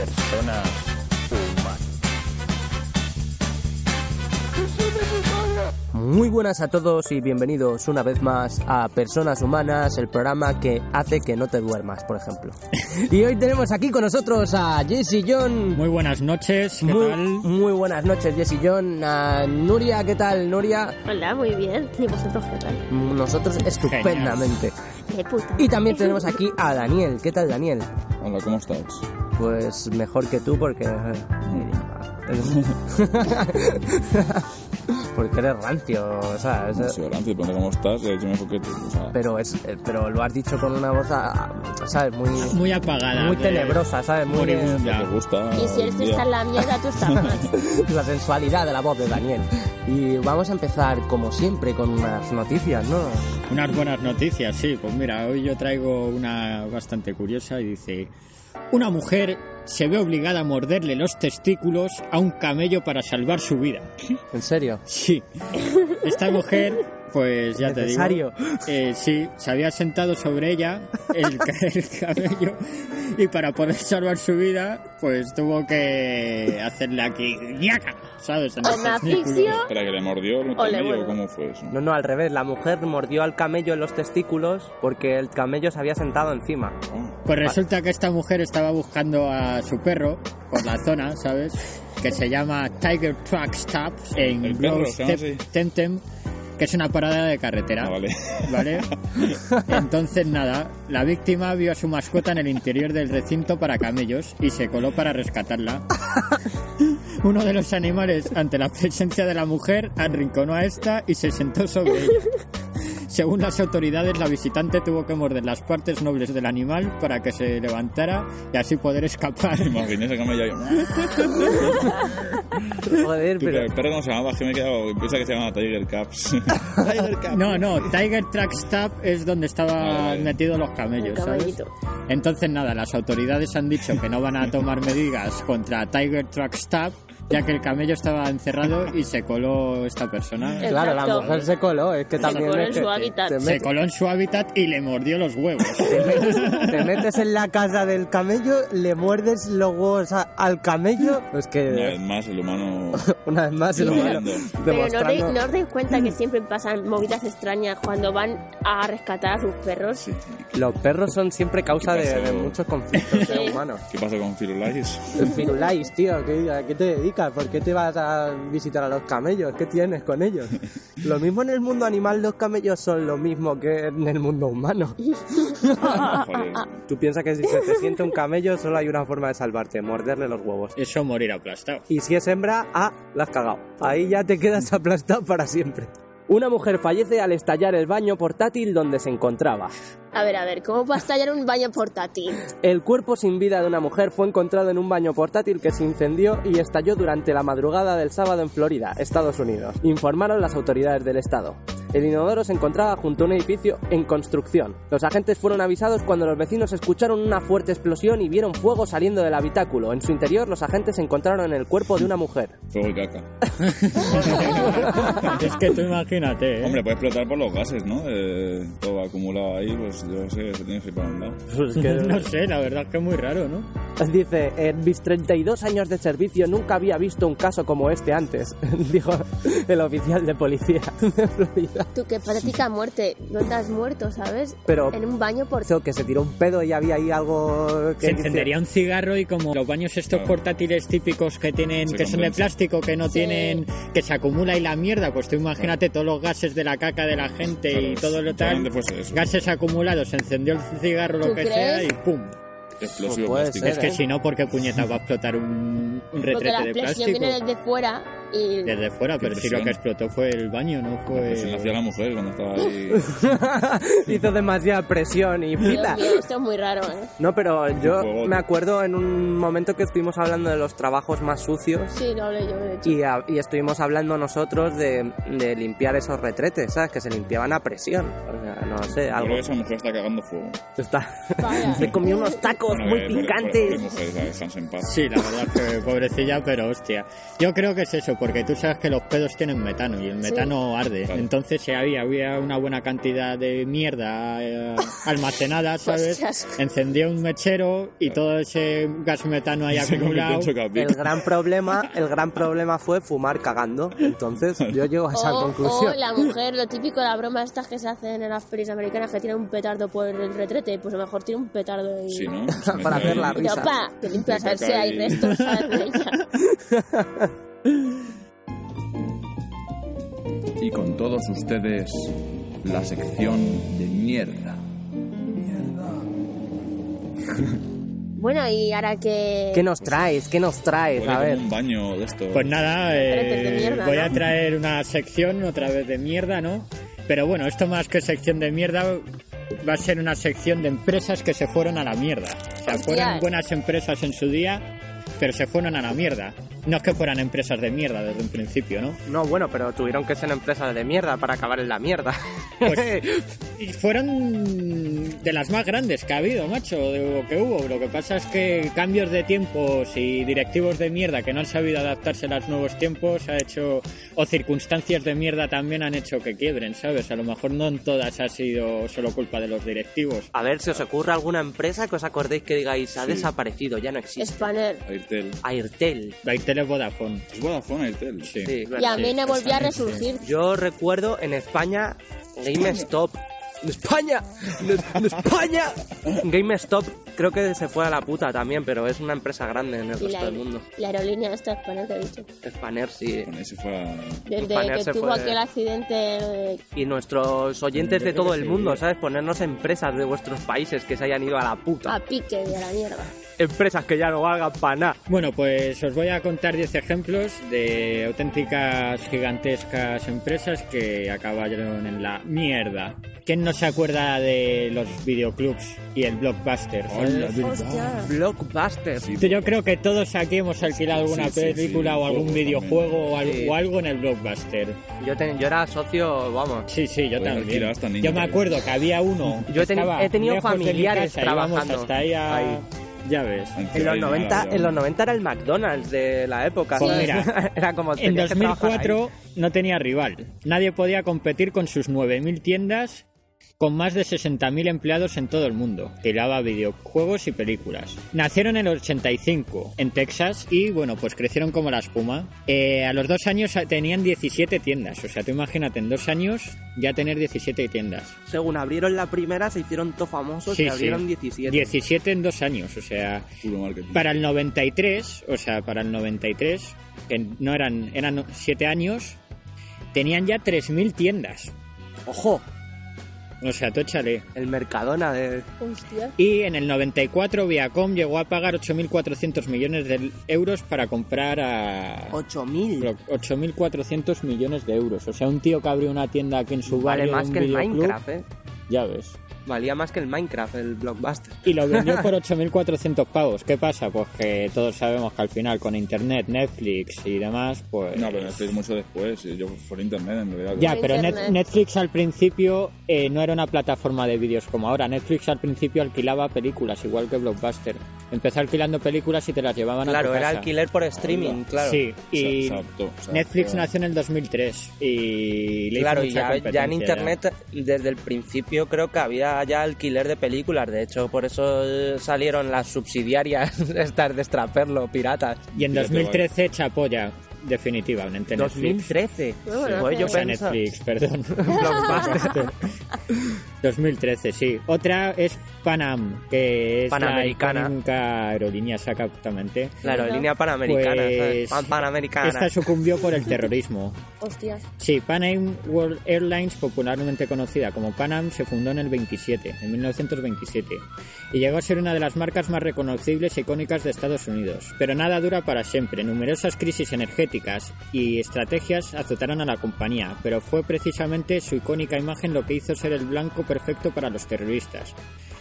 persona humana. Muy buenas a todos y bienvenidos una vez más a Personas Humanas, el programa que hace que no te duermas, por ejemplo. Y hoy tenemos aquí con nosotros a Jesse John. Muy buenas noches, ¿qué muy, tal? Muy buenas noches, Jesse John. A Nuria, ¿qué tal, Nuria? Hola, muy bien. ¿Y vosotros qué tal? Nosotros estupendamente. De puta. Y también tenemos aquí a Daniel. ¿Qué tal, Daniel? Hola, ¿cómo estás? Pues mejor que tú porque... eh, Muy bien. porque eres rancio, ¿sabes? No soy rancio, pero pues, ¿cómo estás? Eh, He dicho mejor que tú. O sea, Pero, es, eh, pero lo has dicho con una voz, ah, ¿sabes? Muy, Muy apagada. muy de- tenebrosa, ¿sabes? Muy Moribunda. ¿qué te gusta? Y si él Bien. está en la mierda, tú estás mal. la sensualidad de la voz de Daniel. Y vamos a empezar, como siempre, con unas noticias, ¿no? Unas buenas noticias, sí. Pues mira, hoy yo traigo una bastante curiosa y dice... Una mujer se ve obligada a morderle los testículos a un camello para salvar su vida. En serio. Sí. Esta mujer, pues ya Necesario. te digo. eh, sí, se había sentado sobre ella el, ca- el cabello y para poder salvar su vida, pues tuvo que hacerle aquí ¡yaca! ¿Sabes? En los O Pues me testículos. asfixio Espera, ¿que le mordió el O le camello o vuelvo. cómo fue eso? No, no, al revés. La mujer mordió al camello en los testículos porque el camello se había sentado encima. Ah, Pues resulta que esta mujer estaba buscando a su perro por la zona, ¿sabes? Que se llama Tiger Truck Stop en El perro, Gross se llama así. Temtem, que es una parada de carretera. Ah, vale. ¿Vale? Entonces, nada, la víctima vio a su mascota en el interior del recinto para camellos y se coló para rescatarla. Uno de los animales, ante la presencia de la mujer, arrinconó a esta y se sentó sobre ella. Según las autoridades, la visitante tuvo que morder las partes nobles del animal para que se levantara y así poder escapar. Me Imaginé ese camello ahí. Joder, Tú, pero pero... el perro cómo se llamaba, que me he quedado... Piensa que se llamaba Tiger Caps. Tiger Caps. No, no, Tiger Track Stop es Vale, donde estaban vale. metidos los Un camellos, ¿sabes? caballito. Entonces, nada, las autoridades han dicho que no van a tomar medidas contra Tiger Truck Stop, ya que el camello estaba encerrado y se coló esta persona. Claro, la Exacto. mujer se coló. Es que Se también... coló es en que su hábitat. te Se metes- coló en su hábitat y le mordió los huevos. Te metes en la casa del camello, le muerdes los huevos a- al camello. Es Una vez que más, el humano... una vez más el humano Pero Pero no, te- demostrando. no os dais cuenta Mm. que siempre pasan movidas extrañas cuando van a rescatar a sus perros. Sí. Los perros son siempre causa ¿Qué de, pasó? de muchos conflictos eh, humanos. ¿Qué pasa con Firulais? Firulais, tío, ¿qué- ¿a qué te dedicas? ¿Por qué te vas a visitar a los camellos? ¿Qué tienes con ellos? Lo mismo en el mundo animal, los camellos son lo mismo que en el mundo humano. Joder. Tú piensas que si se te siente un camello, solo hay una forma de salvarte, morderle los huevos. Eso morir aplastado. Y si es hembra, ah, la has cagado. Ahí ya te quedas aplastado para siempre. Una mujer fallece al estallar el baño portátil donde se encontraba. A ver, a ver, ¿cómo puede estallar un baño portátil? El cuerpo sin vida de una mujer fue encontrado en un baño portátil que se incendió y estalló durante la madrugada del sábado en Florida, Estados Unidos, informaron las autoridades del estado. El inodoro se encontraba junto a un edificio en construcción. Los agentes fueron avisados cuando los vecinos escucharon una fuerte explosión y vieron fuego saliendo del habitáculo. En su interior, los agentes encontraron el cuerpo de una mujer. Fuego y caca. ¿Eh? Es que tú imagínate, ¿eh? Hombre, puede explotar por los gases, ¿no? Eh, todo acumulado ahí, pues yo qué sé, se tiene que ir para un lado. Pues No sé, la verdad es que es muy raro, ¿no? Dice, en mis 32 años de servicio nunca había visto un caso como este antes, dijo el oficial de policía de Florida. Tú, que patética muerte. No te has muerto, ¿sabes? Pero- En un baño portátil. Eso, que se tiró un pedo y había ahí algo que... Se encendería un cigarro y como los baños estos Claro. portátiles típicos que tienen Se que son de condensa. plástico, que no Sí. tienen que se acumula y la mierda, pues tú imagínate todos los gases de la caca de la gente y Claro, todo lo probablemente tal. fuese eso. Gases acumulados, se encendió el cigarro lo ¿Tú que crees? sea y pum. Explosivo Pues puede plástico. ser, Es que si no, ¿por qué puñeta va a explotar un, un Porque la retrete de explosión plástico? viene desde fuera y... Desde fuera, pero si lo que explotó fue el baño, no Se la hacía fue... la mujer cuando estaba ahí. Hizo demasiada presión y Dios pita. mío, esto es muy raro, ¿eh? No, pero yo Fuego. me acuerdo en un momento que estuvimos hablando de los trabajos más sucios Sí, lo hablé yo, de hecho. y, a- y estuvimos hablando nosotros de, de limpiar esos retretes, ¿sabes? Que se limpiaban a presión. O sea, no sé, Yo algo. creo que esa mujer está cagando fuego. Está... Vaya. Me comí unos tacos Bueno, muy que por- por- picantes. por mujeres, la dejas en paz. Sí, la verdad es que pobrecilla, pero hostia. Yo creo que es eso, porque tú sabes que los pedos tienen metano y el metano arde. Claro. Entonces, si había, había una buena cantidad de mierda eh, almacenada, ¿sabes? qué asco. Encendía un mechero y todo ese gas metano ahí Se convirtió acumulado. en chocapic. El gran problema, el gran problema fue fumar cagando. Entonces yo llego a esa O- conclusión. o la mujer, lo típico, la broma estas que se hacen en las pelis americanas que tiene un petardo por el retrete, pues a lo mejor tiene un petardo y... Sí, ¿no? Para hacer la Y no, risa. pa, que limpias a ver si hay Caca y- restos, ¿sabes? de ella. Y con todos ustedes, la sección de mierda. Bueno, y ahora que... ¿Qué nos traes? ¿Qué nos traes? Huele Pues A como ver. un baño de esto. Pues nada, eh, Retes de mierda, voy a ¿no? traer una sección otra vez de mierda, ¿no? Pero bueno, esto más que sección de mierda va a ser una sección de empresas que se fueron a la mierda. O sea, fueron Hostias. buenas empresas en su día, pero se fueron a la mierda. No es que fueran empresas de mierda desde un principio, ¿no? No, bueno, pero tuvieron que ser empresas de mierda para acabar en la mierda. Pues- Y fueron de las más grandes que ha habido, macho, de lo que hubo. Lo que pasa es que cambios de tiempos y directivos de mierda que no han sabido adaptarse a los nuevos tiempos ha hecho o circunstancias de mierda también han hecho que quiebren, ¿sabes? A lo mejor no en todas ha sido solo culpa de los directivos. a ver si os ocurre alguna empresa que os acordéis que digáis ha desaparecido, ya no existe. Spanner. ¿eh? Airtel. Airtel. Gaitel es Vodafone. Es Vodafone Airtel. Sí. Sí, Y a claro. mí me volvió a resurgir. Yo recuerdo en España GameStop. ¡En España! ¡En España! GameStop creo que se fue a la puta también, pero es una empresa grande en Pues el Y la, resto del mundo. la aerolínea esta Spanner que he dicho. Spanair, sí. Bueno, ese fue a... Desde Spanair que se tuvo fue- aquel accidente de- Y nuestros oyentes Yo de creo todo que el sí. mundo, ¿sabes? Ponernos empresas de vuestros países que se hayan ido a la puta. Ah. a pique de la mierda. Empresas que ya no valgan para nada. Bueno, pues os voy a contar 10 ejemplos de auténticas gigantescas empresas que acabaron en la mierda. ¿Quién no se acuerda de los videoclubs y el blockbuster? Hola, ¿sabes? Hostia. Blockbuster. Sí, Yo creo que todos aquí hemos alquilado alguna Sí, sí, sí, película o un algún juego videojuego o algo, Sí. o algo en el blockbuster. Yo, ten- yo era socio, vamos. Sí, sí, yo Podías también. alquilar hasta niño yo me también. acuerdo que había uno. Yo he que teni- estaba he tenido lejos de mi familiares casa, íbamos trabajando hasta ahí, a- ahí. Ya ves. En los, Ahí, 90, nada, en los 90 era el McDonald's de la época. Pues ¿sabes? mira, era como En tenías que trabajar ahí. 2004 no tenía rival. Nadie podía competir con sus 9.000 tiendas con más de 60.000 empleados en todo el mundo, que lava videojuegos y películas. Nacieron en el 85 en Texas y bueno, pues crecieron como la espuma. Eh, a los dos años eh, tenían 17 tiendas, o sea, tú imagínate, en dos años ya tener 17 tiendas. Según abrieron la primera, se hicieron to famosos Sí, y sí. abrieron 17. 17 en dos años, o sea, Puro marketing. Para el 93, o sea, para el 93, que no eran, eran 7 años, tenían ya 3.000 tiendas. ¡Ojo! O sea, tú échale. El Mercadona de... Hostia. Y en el 94, Viacom llegó a pagar 8.400 millones de euros para comprar a. 8.000. Bro- 8.400 millones de euros. O sea, un tío que abrió una tienda aquí en su Vale barrio, más un que el videoclub, Minecraft, ¿eh? Ya ves. Valía más que el Minecraft, el Blockbuster. Y lo vendió por 8.400 pavos. ¿Qué pasa? Pues que todos sabemos que al final con internet, Netflix y demás, pues. No, pero Netflix mucho después. y Yo por internet, en realidad. Ya, Por pero Net- internet. Netflix al principio eh, no era una plataforma de vídeos como ahora. Netflix al principio alquilaba películas, igual que Blockbuster. Empezó alquilando películas y te las llevaban a tu Claro, era casa. alquiler por streaming, claro. Sí, Se- y se adaptó, se Netflix adaptó. nació en el 2003 y le hizo Claro, y mucha ya, ya en competencia, internet desde el principio creo que había ya alquiler de películas, de hecho por eso eh, salieron las subsidiarias estas de Straperlo, piratas. Y en Ya te 2013 chapoya definitivamente Netflix. 2013. Bueno, hace- Pues yo O sea, pensaba- Netflix, perdón. Blockbuster. 2013, sí. Otra es Panam, que es Panamericana. la icónica aerolínea exactamente. La aerolínea panamericana, ¿sabes? Pues, Pan- Panamericana. Esta sucumbió por el terrorismo. Hostias. Sí, Pan Am World Airlines, popularmente conocida como Pan Am, se fundó en el 27, en 1927, y llegó a ser una de las marcas más reconocibles e icónicas de Estados Unidos. Pero nada dura para siempre. Numerosas crisis energéticas y estrategias azotaron a la compañía, pero fue precisamente su icónica imagen lo que hizo ser el blanco perfecto para los terroristas.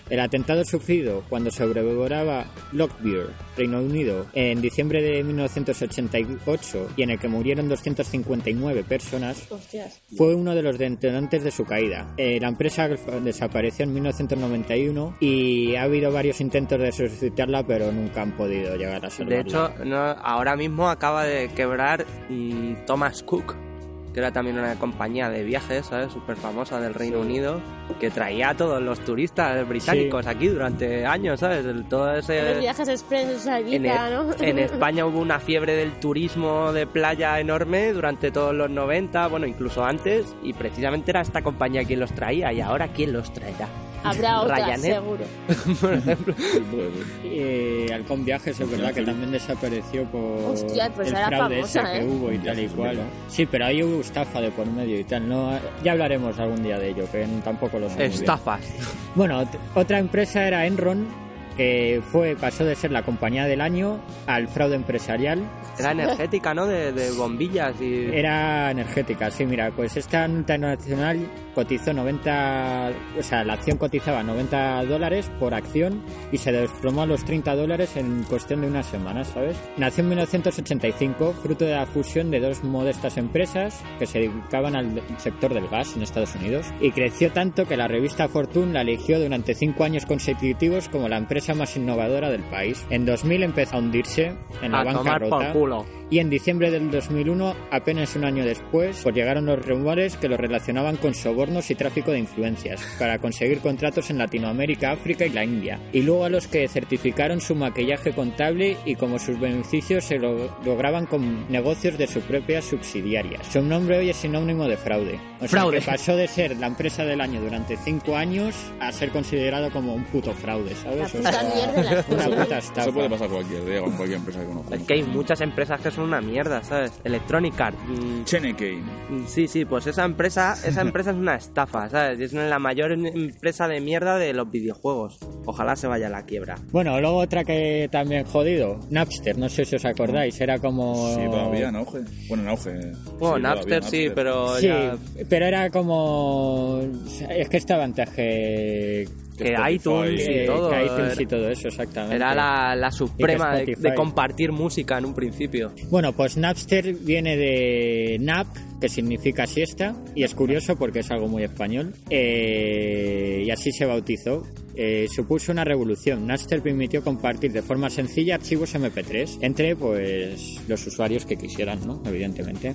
El atentado sufrido cuando sobrevolaba Lockbeer, Reino Unido, en diciembre de 1988 y en el que murieron 259 personas, Hostias. fue uno de los detonantes de su caída. Eh, la empresa desapareció en 1991 y ha habido varios intentos de resucitarla, pero nunca han podido llegar a salvarla. De hecho, no- ahora mismo acaba de quebrar mm, Thomas Cook, que era también una compañía de viajes, ¿sabes? Súper famosa del Reino Unido, que traía a todos los turistas británicos aquí durante años, ¿sabes? El- todo Los ese... viajes express a En, Ibiza, e- ¿no? en España hubo una fiebre del turismo de playa enorme durante todos los 90, bueno, incluso antes, y precisamente era esta compañía quien los traía, y ahora quién los traerá. Habrá otra, Ryanair. seguro. Por ejemplo, Sí, puede ser. Eh, Halcón Viajes, es verdad que también desapareció por Hostia, pues el era fraude famosa, ese que ¿eh? hubo y tal y Viajes, cual. ¿verdad? Sí, pero ahí hubo estafa de por medio y tal. No, ya hablaremos algún día de ello, que tampoco lo sé. muy bien. estafas. Bueno, ot- otra empresa era Enron, que fue pasó de ser la compañía del año al fraude empresarial. Era energética, ¿no? De, de bombillas y... Eh, Era energética, sí, mira, pues esta internacional cotizó 90, o sea, la acción cotizaba 90 dólares por acción y se desplomó a los 30 dólares en cuestión de unas semanas, ¿sabes? Nació en 1985, fruto de la fusión de dos modestas empresas que se dedicaban al sector del gas en Estados Unidos y creció tanto que la revista Fortune la eligió durante cinco años consecutivos como la empresa más innovadora del país. En 2000 empezó a hundirse en la a tomar por bancarrota. culo. Y en diciembre del 2001, apenas un año después, pues llegaron los rumores que lo relacionaban con sobornos y tráfico de influencias para conseguir contratos en Latinoamérica, África y la India. Y luego a los que certificaron su maquillaje contable y como sus beneficios se lo- lograban con negocios de sus propias subsidiarias. Su nombre hoy es sinónimo de fraude. O sea, Fraude. que pasó de ser la empresa del año durante cinco años a ser considerado como un puto fraude, La ¿sabes? O puta sea, mierda, las una cosas. puta estafa. Eso puede pasar cualquier día con cualquier empresa que conozco. Es que hay muchas empresas que son una mierda, ¿sabes? Electronic Arts. mm, Chenekane. mm, Sí, sí, pues esa empresa, esa empresa es una estafa, ¿sabes? Es la mayor en- empresa de mierda de los videojuegos. Ojalá se vaya a la quiebra. Bueno, luego otra que también jodido, Napster, no sé si os acordáis, era como... Oh. Sí, todavía en auge. Bueno, en auge. eh. Bueno, Sí, todavía Napster sí, pero Sí, ya... pero era como... Es que estaba antes que... Que Spotify, iTunes y que- todo. que iTunes y era- todo eso, exactamente. Era la, la suprema de, Spotify. de compartir música en un principio. Bueno, pues Napster viene de nap, que significa siesta, y es curioso porque es algo muy español, eh, y así se bautizó. Eh, supuso una revolución. Napster permitió compartir de forma sencilla archivos MP3 entre pues los usuarios que quisieran, ¿no? Evidentemente.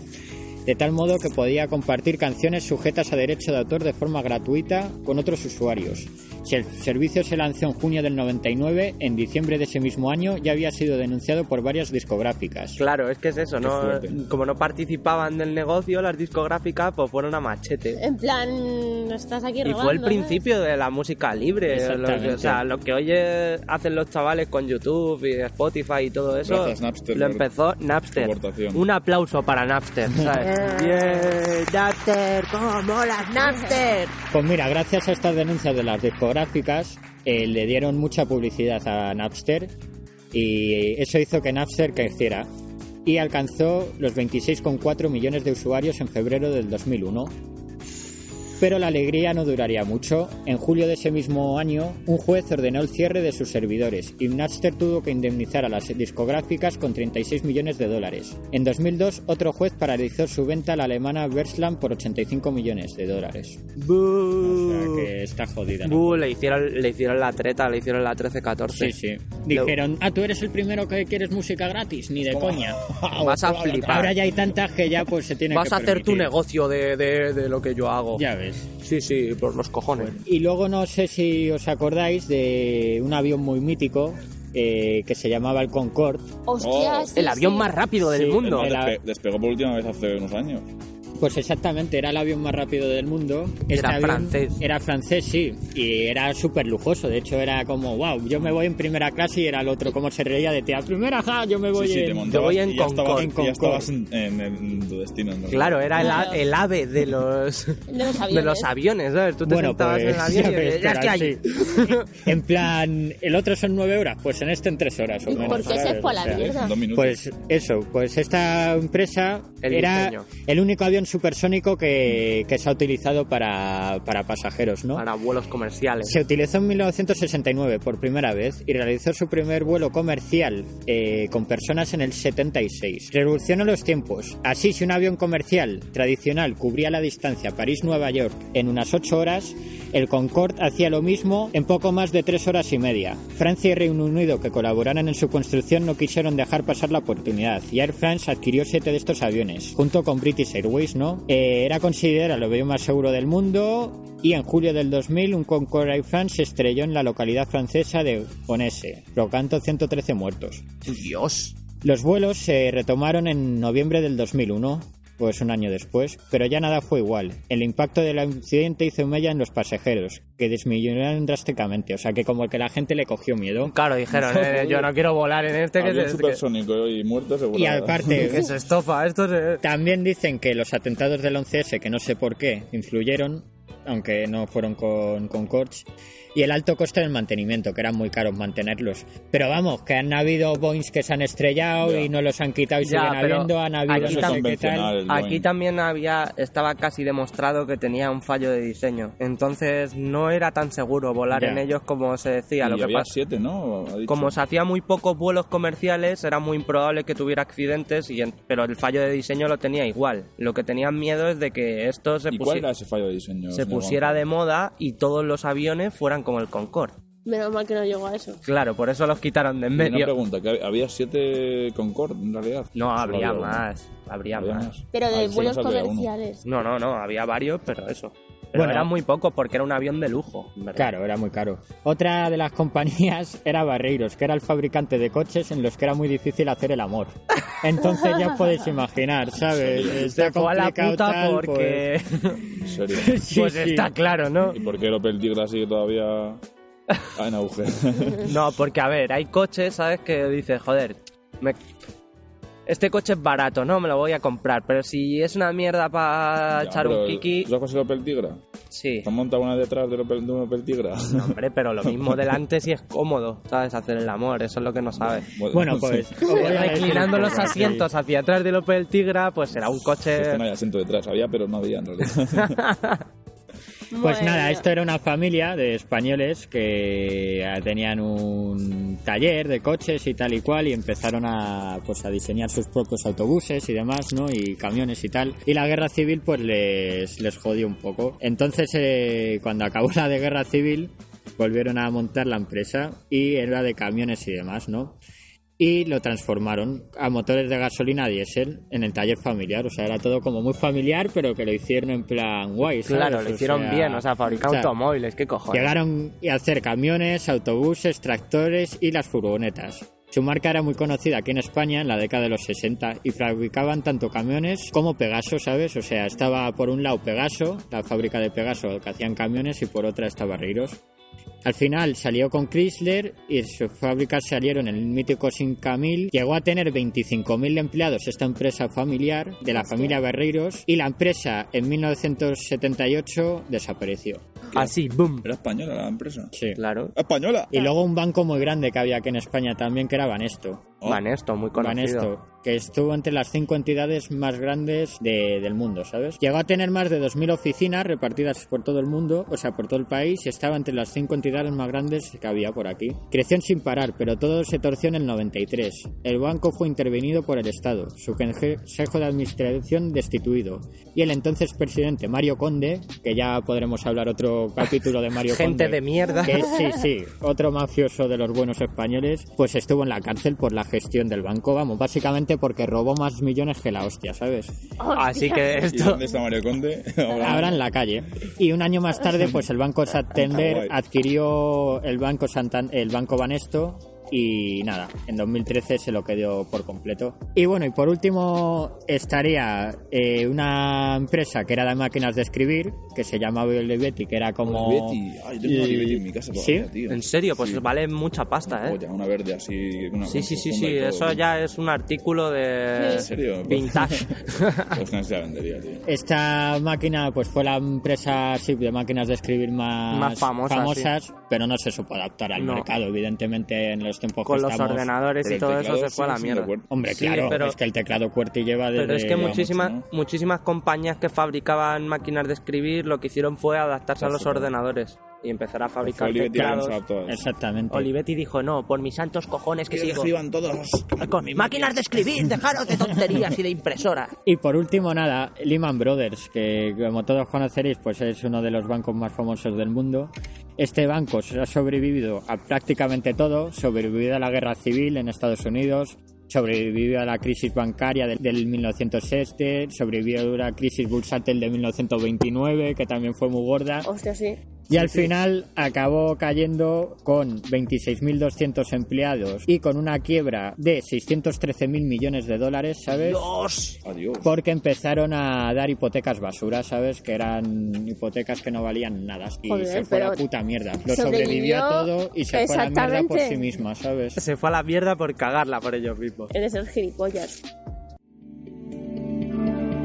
De tal modo que podía compartir canciones sujetas a derecho de autor de forma gratuita con otros usuarios. Si el servicio se lanzó en junio del 99, en diciembre de ese mismo año ya había sido denunciado por varias discográficas. Claro, es que es eso, ¿no? fuerte. Como no participaban del negocio, las discográficas pues fueron a machete. En plan, no estás aquí Y robando. fue el ¿no? principio de la música libre. lo que- o sea, Exactamente. lo que hoy eh, hacen los chavales con YouTube y Spotify y todo eso. Gracias, Napster, lo por empezó Napster. aportación. Un aplauso para Napster, ¿sabes? Bien, Napster, cómo molas, Napster. Pues mira, gracias a estas denuncias de las discográficas, eh, le dieron mucha publicidad a Napster y eso hizo que Napster creciera y alcanzó los 26,4 millones de usuarios en febrero del 2001. Pero la alegría no duraría mucho. En julio de ese mismo año, un juez ordenó el cierre de sus servidores y Napster tuvo que indemnizar a las discográficas con 36 millones de dólares. En 2002, otro juez paralizó su venta a la alemana Versland por 85 millones de dólares. O sea Buh. que está jodida. ¿no? Buh, le hicieron, le hicieron la treta, le hicieron la 13-14. Sí, sí. Dijeron, ah, tú eres el primero que quieres música gratis, ni de coña. Vas a flipar. Ahora ya hay tantas que ya pues se tienen Vas que a hacer tu permitir. negocio de, de- de lo que yo hago. Ya ves. Sí, sí, por los cojones. Y luego no sé si os acordáis de un avión muy mítico eh, que se llamaba el Concorde. Hostias. sí, el avión sí. más rápido del Sí, mundo. No, el- despe- despegó por última vez hace unos años. Pues exactamente, era el avión más rápido del mundo. Este Era avión francés. Era francés, sí. Y era súper lujoso. De hecho, era como, wow, yo me voy en primera clase y era el otro como se reía de ti. A primera, ja, yo me voy Sí, sí, en... te montabas yo voy en y ya estabas, Concorde. y ya estabas en, en- en tu destino. ¿no? Claro, eh. era el, a- Claro. el ave de los, De los de los aviones. aviones, ¿sabes? Tú te sentabas en el avión y pues, ves, decías, ya pero estoy ahí. así. En plan, el otro son nueve horas, pues en este en tres horas o ¿Y menos. por qué se ¿sabes? fue a Pues, la O sea, este mierda? Dos minutos. Pues eso, pues esta empresa El era diseño. el único avión tren supersónico que, que se ha utilizado para, para pasajeros, ¿no? Para vuelos comerciales. Se utilizó en 1969 por primera vez y realizó su primer vuelo comercial eh, con personas en el 76. Revolucionó los tiempos. Así, si un avión comercial tradicional cubría la distancia París-Nueva York en unas 8 horas, el Concorde hacía lo mismo en poco más de 3 horas y media. Francia y Reino Unido, que colaboraron en su construcción, no quisieron dejar pasar la oportunidad y Air France adquirió 7 de estos aviones, junto con British Airways, ¿no? Eh, era considerado el avión más seguro del mundo y en julio del 2000 un Concorde Air France se estrelló en la localidad francesa de Onesse, provocando 113 muertos. Dios. Los vuelos se retomaron en noviembre del 2001, pues un año después, pero ya nada fue igual. El impacto del accidente hizo mella en los pasajeros, que disminuyeron drásticamente, o sea que como que la gente le cogió miedo. Claro, dijeron, eh, yo no quiero volar en este que Avión se, que- supersónico y muerto seguro. Y aparte, que se estofa. Esto se... También dicen que los atentados del 11S, que no sé por qué, influyeron, aunque no fueron con, con Corch, y el alto coste del mantenimiento, que eran muy caros mantenerlos. Pero vamos, que han habido Boeings que se han estrellado Ya. y no los han quitado y Ya, siguen pero habiendo, han habido aquí no sé qué convencional. tal. el Aquí Boeing. también había, estaba casi demostrado que tenía un fallo de diseño. Entonces no era tan seguro volar Ya. en ellos como se decía. Lo Y que había pasa siete, ¿no? Ha dicho. como se hacía muy pocos vuelos comerciales, era muy improbable que tuviera accidentes, y en- pero el fallo de diseño lo tenía igual. Lo que tenían miedo es de que esto se, ¿Y pusi- cuál era ese fallo de diseño? se señor pusiera Gonzalo? de moda y todos los aviones fueran como el Concorde. Menos mal que no llegó a eso. Claro, por eso los quitaron de en Y Una medio. pregunta, que había siete Concorde en realidad. No, habría Solo había uno. más, habría Había más. más. Pero Ah, de solo vuelos sabía uno. comerciales. No, no, no, había varios, pero eso. Pero Bueno. eran muy pocos porque era un avión de lujo. ¿verdad? Claro, era muy caro. Otra de las compañías era Barreiros, que era el fabricante de coches en los que era muy difícil hacer el amor. Entonces ya os podéis imaginar, ¿sabes? Se Está fue a la complicado puta tal, porque... En serio. pues- Sí, pues sí. está claro, ¿no? ¿Y por qué el Opel Tigra sigue todavía Ah, en auge? No, porque a ver, hay coches, ¿sabes? Que dices, joder, me- este coche es barato, ¿no? Me lo voy a comprar. Pero si es una mierda para Ya, echar pero, un kiki, ¿Tú has cogido el Opel Tigra? sí. ¿Te has montado una detrás del Opel, de un Opel Tigra? No, hombre, pero lo mismo delante si es cómodo, ¿sabes? Hacer el amor, eso es lo que no sabes. Bueno, pues... eh, os voy a decir Reclinando un los poco aquí. asientos hacia atrás del Opel Tigra, pues será un Es coche... que no hay asiento detrás, había, pero no había en realidad. Pues Bueno. nada, esto era una familia de españoles que eh, tenían un taller de coches y tal y cual y empezaron a, pues, a diseñar sus propios autobuses y demás, ¿no? Y camiones y tal. Y la guerra civil pues les, les jodió un poco. Entonces eh, cuando acabó la de guerra civil volvieron a montar la empresa y era de camiones y demás, ¿no? Y lo transformaron a motores de gasolina diésel en el taller familiar. O sea, era todo como muy familiar, pero que lo hicieron en plan guay. ¿sabes? Claro, lo O hicieron sea, bien, o sea, fabricar o sea, automóviles, qué cojones. Llegaron a hacer camiones, autobuses, tractores y las furgonetas. Su marca era muy conocida aquí en España en la década de los 60 y fabricaban tanto camiones como Pegaso, ¿sabes? O sea, estaba por un lado Pegaso, la fábrica de Pegaso que hacían camiones y por otra estaba Riros. Al final salió con Chrysler y sus fábricas salieron en el mítico 5000. Llegó a tener 25.000 empleados esta empresa familiar de la familia Barreiros y la empresa en 1978 desapareció. Así, boom. ¿Era española la empresa? Sí. Claro. ¡Española! Y luego un banco muy grande que había aquí en España también, que era Banesto. Oh. Banesto, muy conocido. Banesto, que estuvo entre las cinco entidades más grandes de- del mundo, ¿sabes? Llegó a tener más de 2.000 oficinas repartidas por todo el mundo, o sea, por todo el país, y estaba entre las cinco entidades más grandes que había por aquí. Creció sin parar, pero todo se torció en el 93. El banco fue intervenido por el Estado, su consejo de administración destituido, y el entonces presidente Mario Conde, que ya podremos hablar otro capítulo de Mario Conde. Gente de mierda. Que sí, sí, otro mafioso de los buenos españoles, pues estuvo en la cárcel por la gestión del banco, vamos, básicamente porque robó más millones que la hostia, ¿sabes? Así que ¿Y esto... dónde está Mario Conde? Ahora en la calle. Y un año más tarde, pues el Banco Santander adquirió el Banco, Santan el banco Banesto y nada, en 2013 se lo quedó por completo. Y bueno, y por último estaría eh, una empresa que era de máquinas de escribir, que se llamaba Olivetti, que era como... Olivetti. Ay, yo tengo una Olivetti en mi casa todavía, Sí. tío. En serio, pues Sí. vale mucha pasta, ¿eh? Joya, una verde así. Una Sí, con sí, su sí, funda sí, y todo. eso ya es un artículo de ¿En serio? Pues- vintage. Pues no se la vendería, tío. Esta máquina pues fue la empresa sí, de máquinas de escribir más, Más famosa, pero no se supo adaptar al No. mercado, evidentemente en los los tiempos con que los estamos- ordenadores Pero y el todo eso teclado se fue a la sigue siendo mierda. cuerda. Hombre, Sí, claro, pero- es que el teclado QWERTY lleva desde... Pero es que vamos, muchísimas, ¿no? muchísimas compañías que fabricaban máquinas de escribir lo que hicieron fue adaptarse a los ordenadores y empezar a fabricar Oliver teclados. Tiranza, todas. pues, Exactamente. Olivetti dijo, no, por mis santos cojones que sigo todos. con máquinas de escribir, dejaros de tonterías y de impresora. Y por último, nada, Lehman Brothers, que como todos conoceréis, pues es uno de los bancos más famosos del mundo. Este banco se ha sobrevivido a prácticamente todo, sobrevivido a la guerra civil en Estados Unidos, sobrevivido a la crisis bancaria del, del 1907, sobrevivió a la crisis bursátil de 1929, que también fue muy gorda. Hostia, Oh, sí. Y al final acabó cayendo con 26.200 empleados y con una quiebra de 613.000 millones de dólares, ¿sabes? Adiós. Porque empezaron a dar hipotecas basura, ¿sabes? Que eran hipotecas que no valían nada. Y Joder, se fue a la pero puta mierda. Lo sobrevivió sobrevivió a todo y se fue a la mierda por exactamente. sí misma, ¿sabes? Se fue a la mierda por cagarla por ellos mismos. Eres el gilipollas.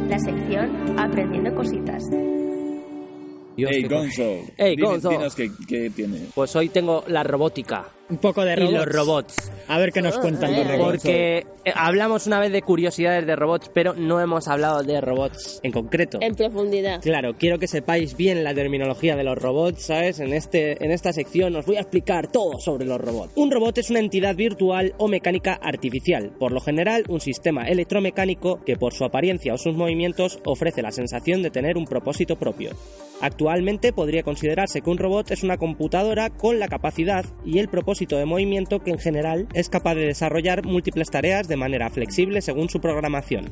La sección Aprendiendo Cositas. Dios, Hey, qué Gonzo. Hey, dime- Gonzo. Dinos qué, qué tiene. co- Pues hoy tengo la robótica Un poco de robots. y los robots. A ver qué nos cuentan los eh. robots. Porque eh, hablamos una vez de curiosidades de robots, pero no hemos hablado de robots en concreto. En profundidad. Claro, quiero que sepáis bien la terminología de los robots, ¿sabes? En, este, en esta sección os voy a explicar todo sobre los robots. Un robot es una entidad virtual o mecánica artificial, por lo general un sistema electromecánico que por su apariencia o sus movimientos ofrece la sensación de tener un propósito propio. Actualmente podría considerarse que un robot es una computadora con la capacidad y el propósito de movimiento que en general es capaz de desarrollar múltiples tareas de manera flexible según su programación.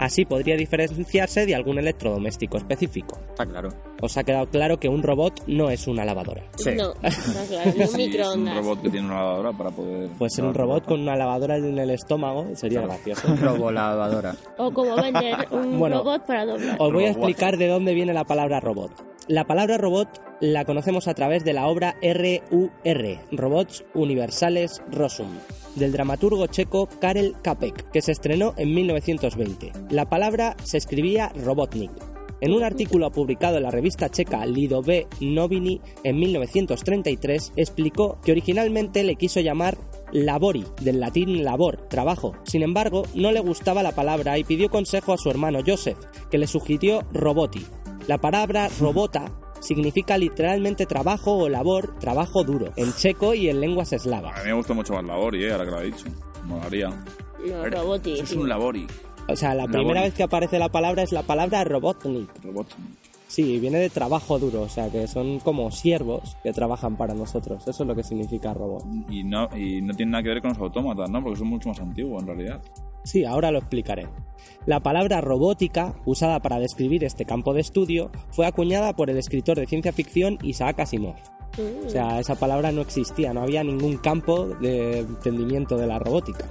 Así podría diferenciarse de algún electrodoméstico específico. Está claro. Os ha quedado claro que un robot no es una lavadora. No, está claro. Ni un Sí, es un microondas. robot que tiene una lavadora para poder. Puede Pues ser un robot con una lavadora en el estómago, sería gracioso. Robo lavadora. O como vender un Bueno. robot para doblar. Os voy a explicar de dónde viene la palabra robot. La palabra robot la conocemos a través de la obra RUR, Robots Universales Rosum, del dramaturgo checo Karel Kapek, que se estrenó en 1920. La palabra se escribía Robotnik. En un artículo publicado en la revista checa Lido B. Noviny en 1933, explicó que originalmente le quiso llamar Labori, del latín labor, trabajo. Sin embargo, no le gustaba la palabra y pidió consejo a su hermano Joseph, que le sugirió roboti. La palabra robota significa literalmente trabajo o labor, trabajo duro, en checo y en lenguas A eslavas. mí me gusta mucho más labori, eh, ahora que lo ha dicho. Molaría. No, robot y- Eso es un labori. O sea, la primera vez que aparece la palabra es la palabra robotnik. Robot. Sí, viene de trabajo duro, o sea, que son como siervos que trabajan para nosotros. Eso es lo que significa robot. Y no, y no tiene nada que ver con los autómatas, ¿no? Porque son mucho más antiguos en realidad. Sí, ahora lo explicaré. La palabra robótica, usada para describir este campo de estudio, fue acuñada por el escritor de ciencia ficción Isaac Asimov. O sea, esa palabra no existía, no había ningún campo de entendimiento de la robótica.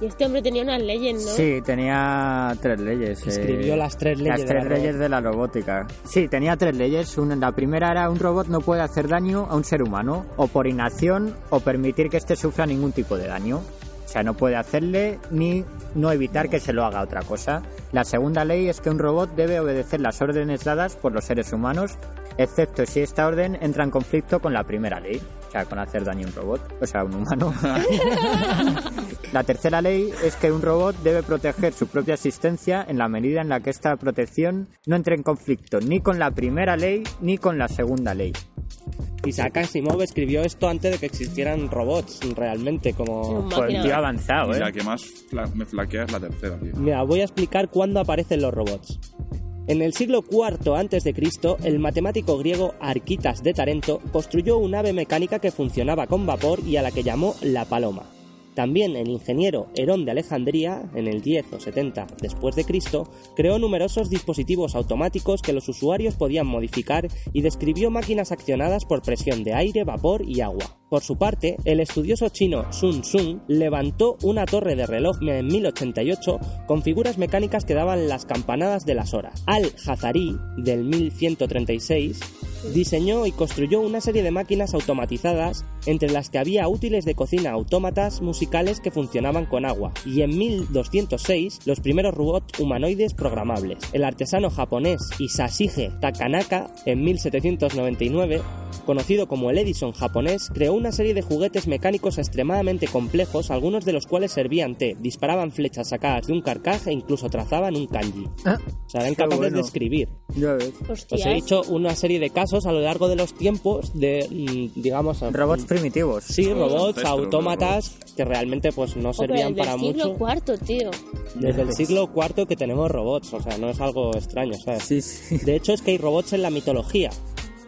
Y este hombre tenía unas leyes, ¿no? Sí, tenía tres leyes. eh, Escribió las tres leyes Las de la tres leyes de la robótica. Sí, tenía tres leyes. Una- la primera era un robot no puede hacer daño a un ser humano, o por inacción, o permitir que éste sufra ningún tipo de daño. O sea, no puede hacerle ni no evitar que se lo haga otra cosa. La segunda ley es que un robot debe obedecer las órdenes dadas por los seres humanos, excepto si esta orden entra en conflicto con la primera ley. O sea, con hacer daño a un robot, o sea, a un humano. La tercera ley es que un robot debe proteger su propia existencia en la medida en la que esta protección no entre en conflicto ni con la primera ley ni con la segunda ley. Isaac Asimov escribió esto antes de que existieran robots realmente como... Máquina Pues, tío avanzado, Y la ¿eh? que más fla- me flaquea es la tercera, tío. Mira, voy a explicar cuándo aparecen los robots. En el siglo IV a.C., el matemático griego Arquitas de Tarento construyó un ave mecánica que funcionaba con vapor y a la que llamó la paloma. También el ingeniero Herón de Alejandría, en el 10 o 70 después de Cristo, creó numerosos dispositivos automáticos que los usuarios podían modificar y describió máquinas accionadas por presión de aire, vapor y agua. Por su parte, el estudioso chino Sun Tsun levantó una torre de reloj en 1088 con figuras mecánicas que daban las campanadas de las horas. Al-Jazari, del 1136, diseñó y construyó una serie de máquinas automatizadas, entre las que había útiles de cocina autómatas musicales que funcionaban con agua, y en 1206 los primeros robots humanoides programables. El artesano japonés Isashige Takanaka, en 1799, Conocido como el Edison japonés, creó una serie de juguetes mecánicos extremadamente complejos, algunos de los cuales servían té, disparaban flechas sacadas de un carcaj e incluso trazaban un kanji. Ah, O sea, eran qué capaces bueno. de escribir. Ya ves. Os Hostias. he dicho una serie de casos a lo largo de los tiempos de, mm, digamos... Robots mm, primitivos. Sí, Los robots, ancestros, autómatas, que realmente pues no Joder, servían para del siglo mucho. cuarto, tío. Desde el siglo IV que tenemos robots, o sea, no es algo extraño, ¿sabes? Sí, sí. De hecho, es que hay robots en la mitología.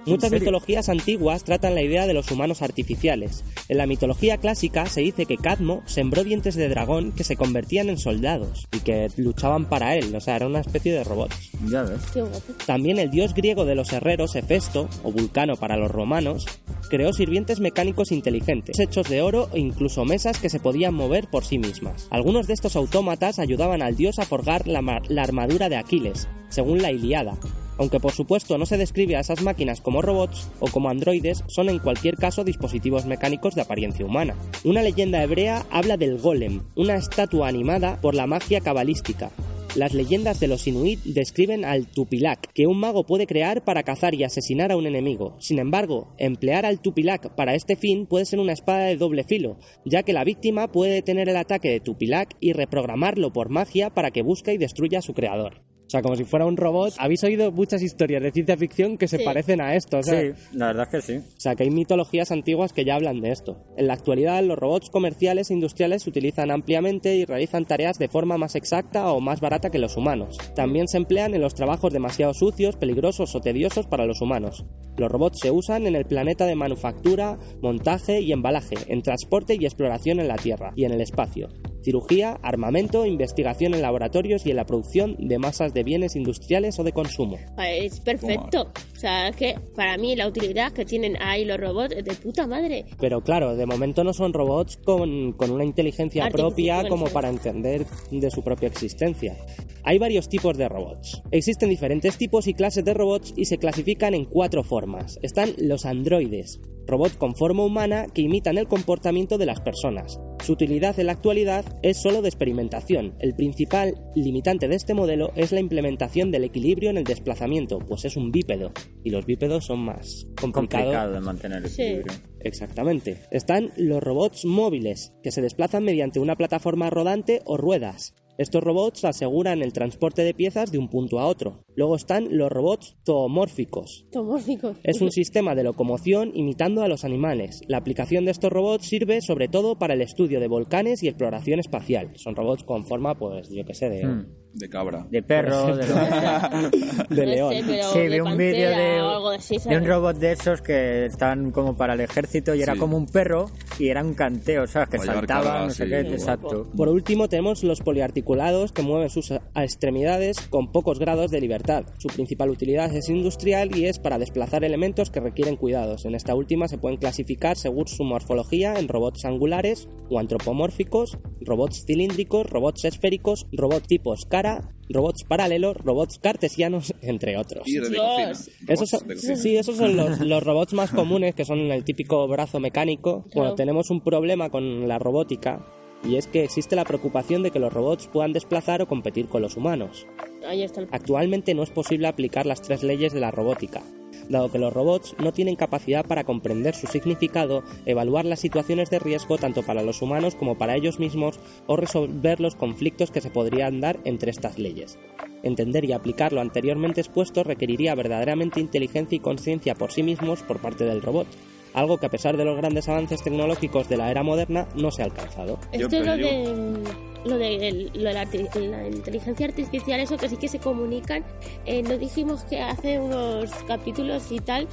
Muchas serio? mitologías antiguas tratan la idea de los humanos artificiales. En la mitología clásica se dice que Cadmo sembró dientes de dragón que se convertían en soldados y que luchaban para él, o sea, era una especie de robots. Ya ves. Qué guapo. También el dios griego de los herreros, Hefesto, o Vulcano para los romanos, creó sirvientes mecánicos inteligentes, hechos de oro e incluso mesas que se podían mover por sí mismas. Algunos de estos autómatas ayudaban al dios a forjar la, ma- la armadura de Aquiles, según la Iliada. Aunque por supuesto no se describe a esas máquinas como robots o como androides, son en cualquier caso dispositivos mecánicos de apariencia humana. Una leyenda hebrea habla del golem, una estatua animada por la magia cabalística, las leyendas de los Inuit describen al Tupilak, que un mago puede crear para cazar y asesinar a un enemigo. Sin embargo, emplear al Tupilak para este fin puede ser una espada de doble filo, ya que la víctima puede detener el ataque de Tupilak y reprogramarlo por magia para que busque y destruya a su creador. O sea, como si fuera un robot. Habéis oído muchas historias de ciencia ficción que se Sí. parecen a esto, o sea, Sí, la verdad es que sí. o sea, que hay mitologías antiguas que ya hablan de esto. En la actualidad, los robots comerciales e industriales se utilizan ampliamente y realizan tareas de forma más exacta o más barata que los humanos. También se emplean en los trabajos demasiado sucios, peligrosos o tediosos para los humanos. Los robots se usan en el planeta de manufactura, montaje y embalaje, en transporte y exploración en la Tierra y en el espacio. Cirugía, armamento, investigación en laboratorios y en la producción de masas de bienes industriales o de consumo. Ah, Es perfecto. O sea, es que para mí la utilidad que tienen ahí los robots es de puta madre. Pero claro, de momento no son robots con, con una inteligencia Artificial, propia bueno, como sí. para entender de su propia existencia. Hay varios tipos de robots. Existen diferentes tipos y clases de robots y se clasifican en cuatro formas. Están los androides, robots con forma humana que imitan el comportamiento de las personas. Su utilidad en la actualidad es solo de experimentación. El principal limitante de este modelo es la implementación del equilibrio en el desplazamiento, pues es un bípedo y los bípedos son más complicados Complicado de mantener el Sí. equilibrio. Exactamente. Están los robots móviles, que se desplazan mediante una plataforma rodante o ruedas. Estos robots aseguran el transporte de piezas de un punto a otro. Luego están los robots zoomórficos. Tomórficos. Es un sistema de locomoción imitando a los animales. La aplicación de estos robots sirve sobre todo para el estudio de volcanes y exploración espacial. Son robots con forma, pues, yo qué sé, de, Hmm. De cabra. Mm. De perro, de, lo que sea. de No león. sé, pero Sí, de vi un vídeo pantera de, o algo así, de ¿sabes? un robot de esos que estaban como para el ejército y era Sí. como un perro y era un canteo, ¿sabes? Que Para llevar saltaba, carga, no sé sí, qué, igual. exacto. Por último tenemos los poliarticulados que mueven sus a- extremidades con pocos grados de libertad. Su principal utilidad es industrial y es para desplazar elementos que requieren cuidados. En esta última se pueden clasificar según su morfología en robots angulares o antropomórficos, robots cilíndricos, robots esféricos, robots tipos cara, robots paralelos, robots cartesianos, entre otros. Y de Dios. cocina. Esos son, Robots de cocina. sí, esos son los, los robots más comunes, que son el típico brazo mecánico. Bueno, Claro. tenemos un problema con la robótica, y es que existe la preocupación de que los robots puedan desplazar o competir con los humanos. Ahí está el... Actualmente no es posible aplicar las tres leyes de la robótica, dado que los robots no tienen capacidad para comprender su significado, evaluar las situaciones de riesgo tanto para los humanos como para ellos mismos o resolver los conflictos que se podrían dar entre estas leyes. Entender y aplicar lo anteriormente expuesto requeriría verdaderamente inteligencia y conciencia por sí mismos por parte del robot, algo que a pesar de los grandes avances tecnológicos de la era moderna no se ha alcanzado. Yo Esto es lo te digo- de... Lo de, el- lo de la, arti- la inteligencia artificial, eso que sí que se comunican. Eh, no dijimos que hace unos capítulos y tal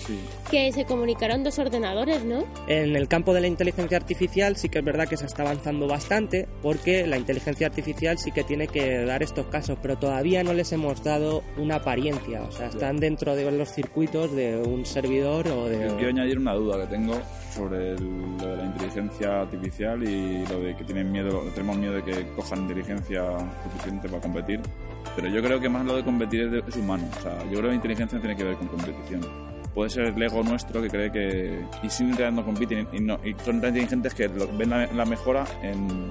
que se comunicaron dos ordenadores, ¿no? En el campo de la inteligencia artificial sí que es verdad que se está avanzando bastante porque la inteligencia artificial sí que tiene que dar estos casos, pero todavía no les hemos dado una apariencia, o sea, están dentro de los circuitos de un servidor o Yo quiero de... añadir una duda que tengo sobre el- lo de la inteligencia artificial y lo de que tienen miedo, tenemos miedo de que cojan inteligencia suficiente para competir. Pero yo creo que más lo de competir es, de- es humano. O sea, yo creo que la inteligencia no tiene que ver con competición. Puede ser el ego nuestro que cree que. Y sin no compiten y, no- y son tan inteligentes que lo- ven la, la mejora en.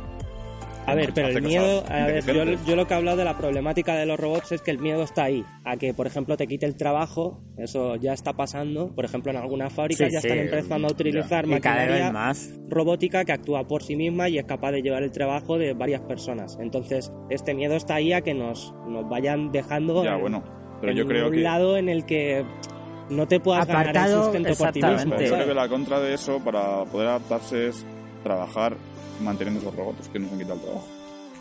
A ver, pero hace el cosas miedo, a ver, yo, inteligentes. yo lo que he hablado de la problemática de los robots es que el miedo está ahí, a que por ejemplo te quite el trabajo, eso ya está pasando, por ejemplo en algunas fábricas Sí, ya sí, están empezando a utilizar Y cada vez maquinaria más. robótica que actúa por sí misma y es capaz de llevar el trabajo de varias personas. Entonces, este miedo está ahí a que nos, nos vayan dejando Ya, en- bueno. Pero en yo creo un que. lado en el que no te puedas ganar el Apartado, sustento por ti exactamente. mismo. Pero yo creo ¿sabes? que la contra de eso para poder adaptarse es trabajar manteniendo esos robots que nos han quitado el trabajo.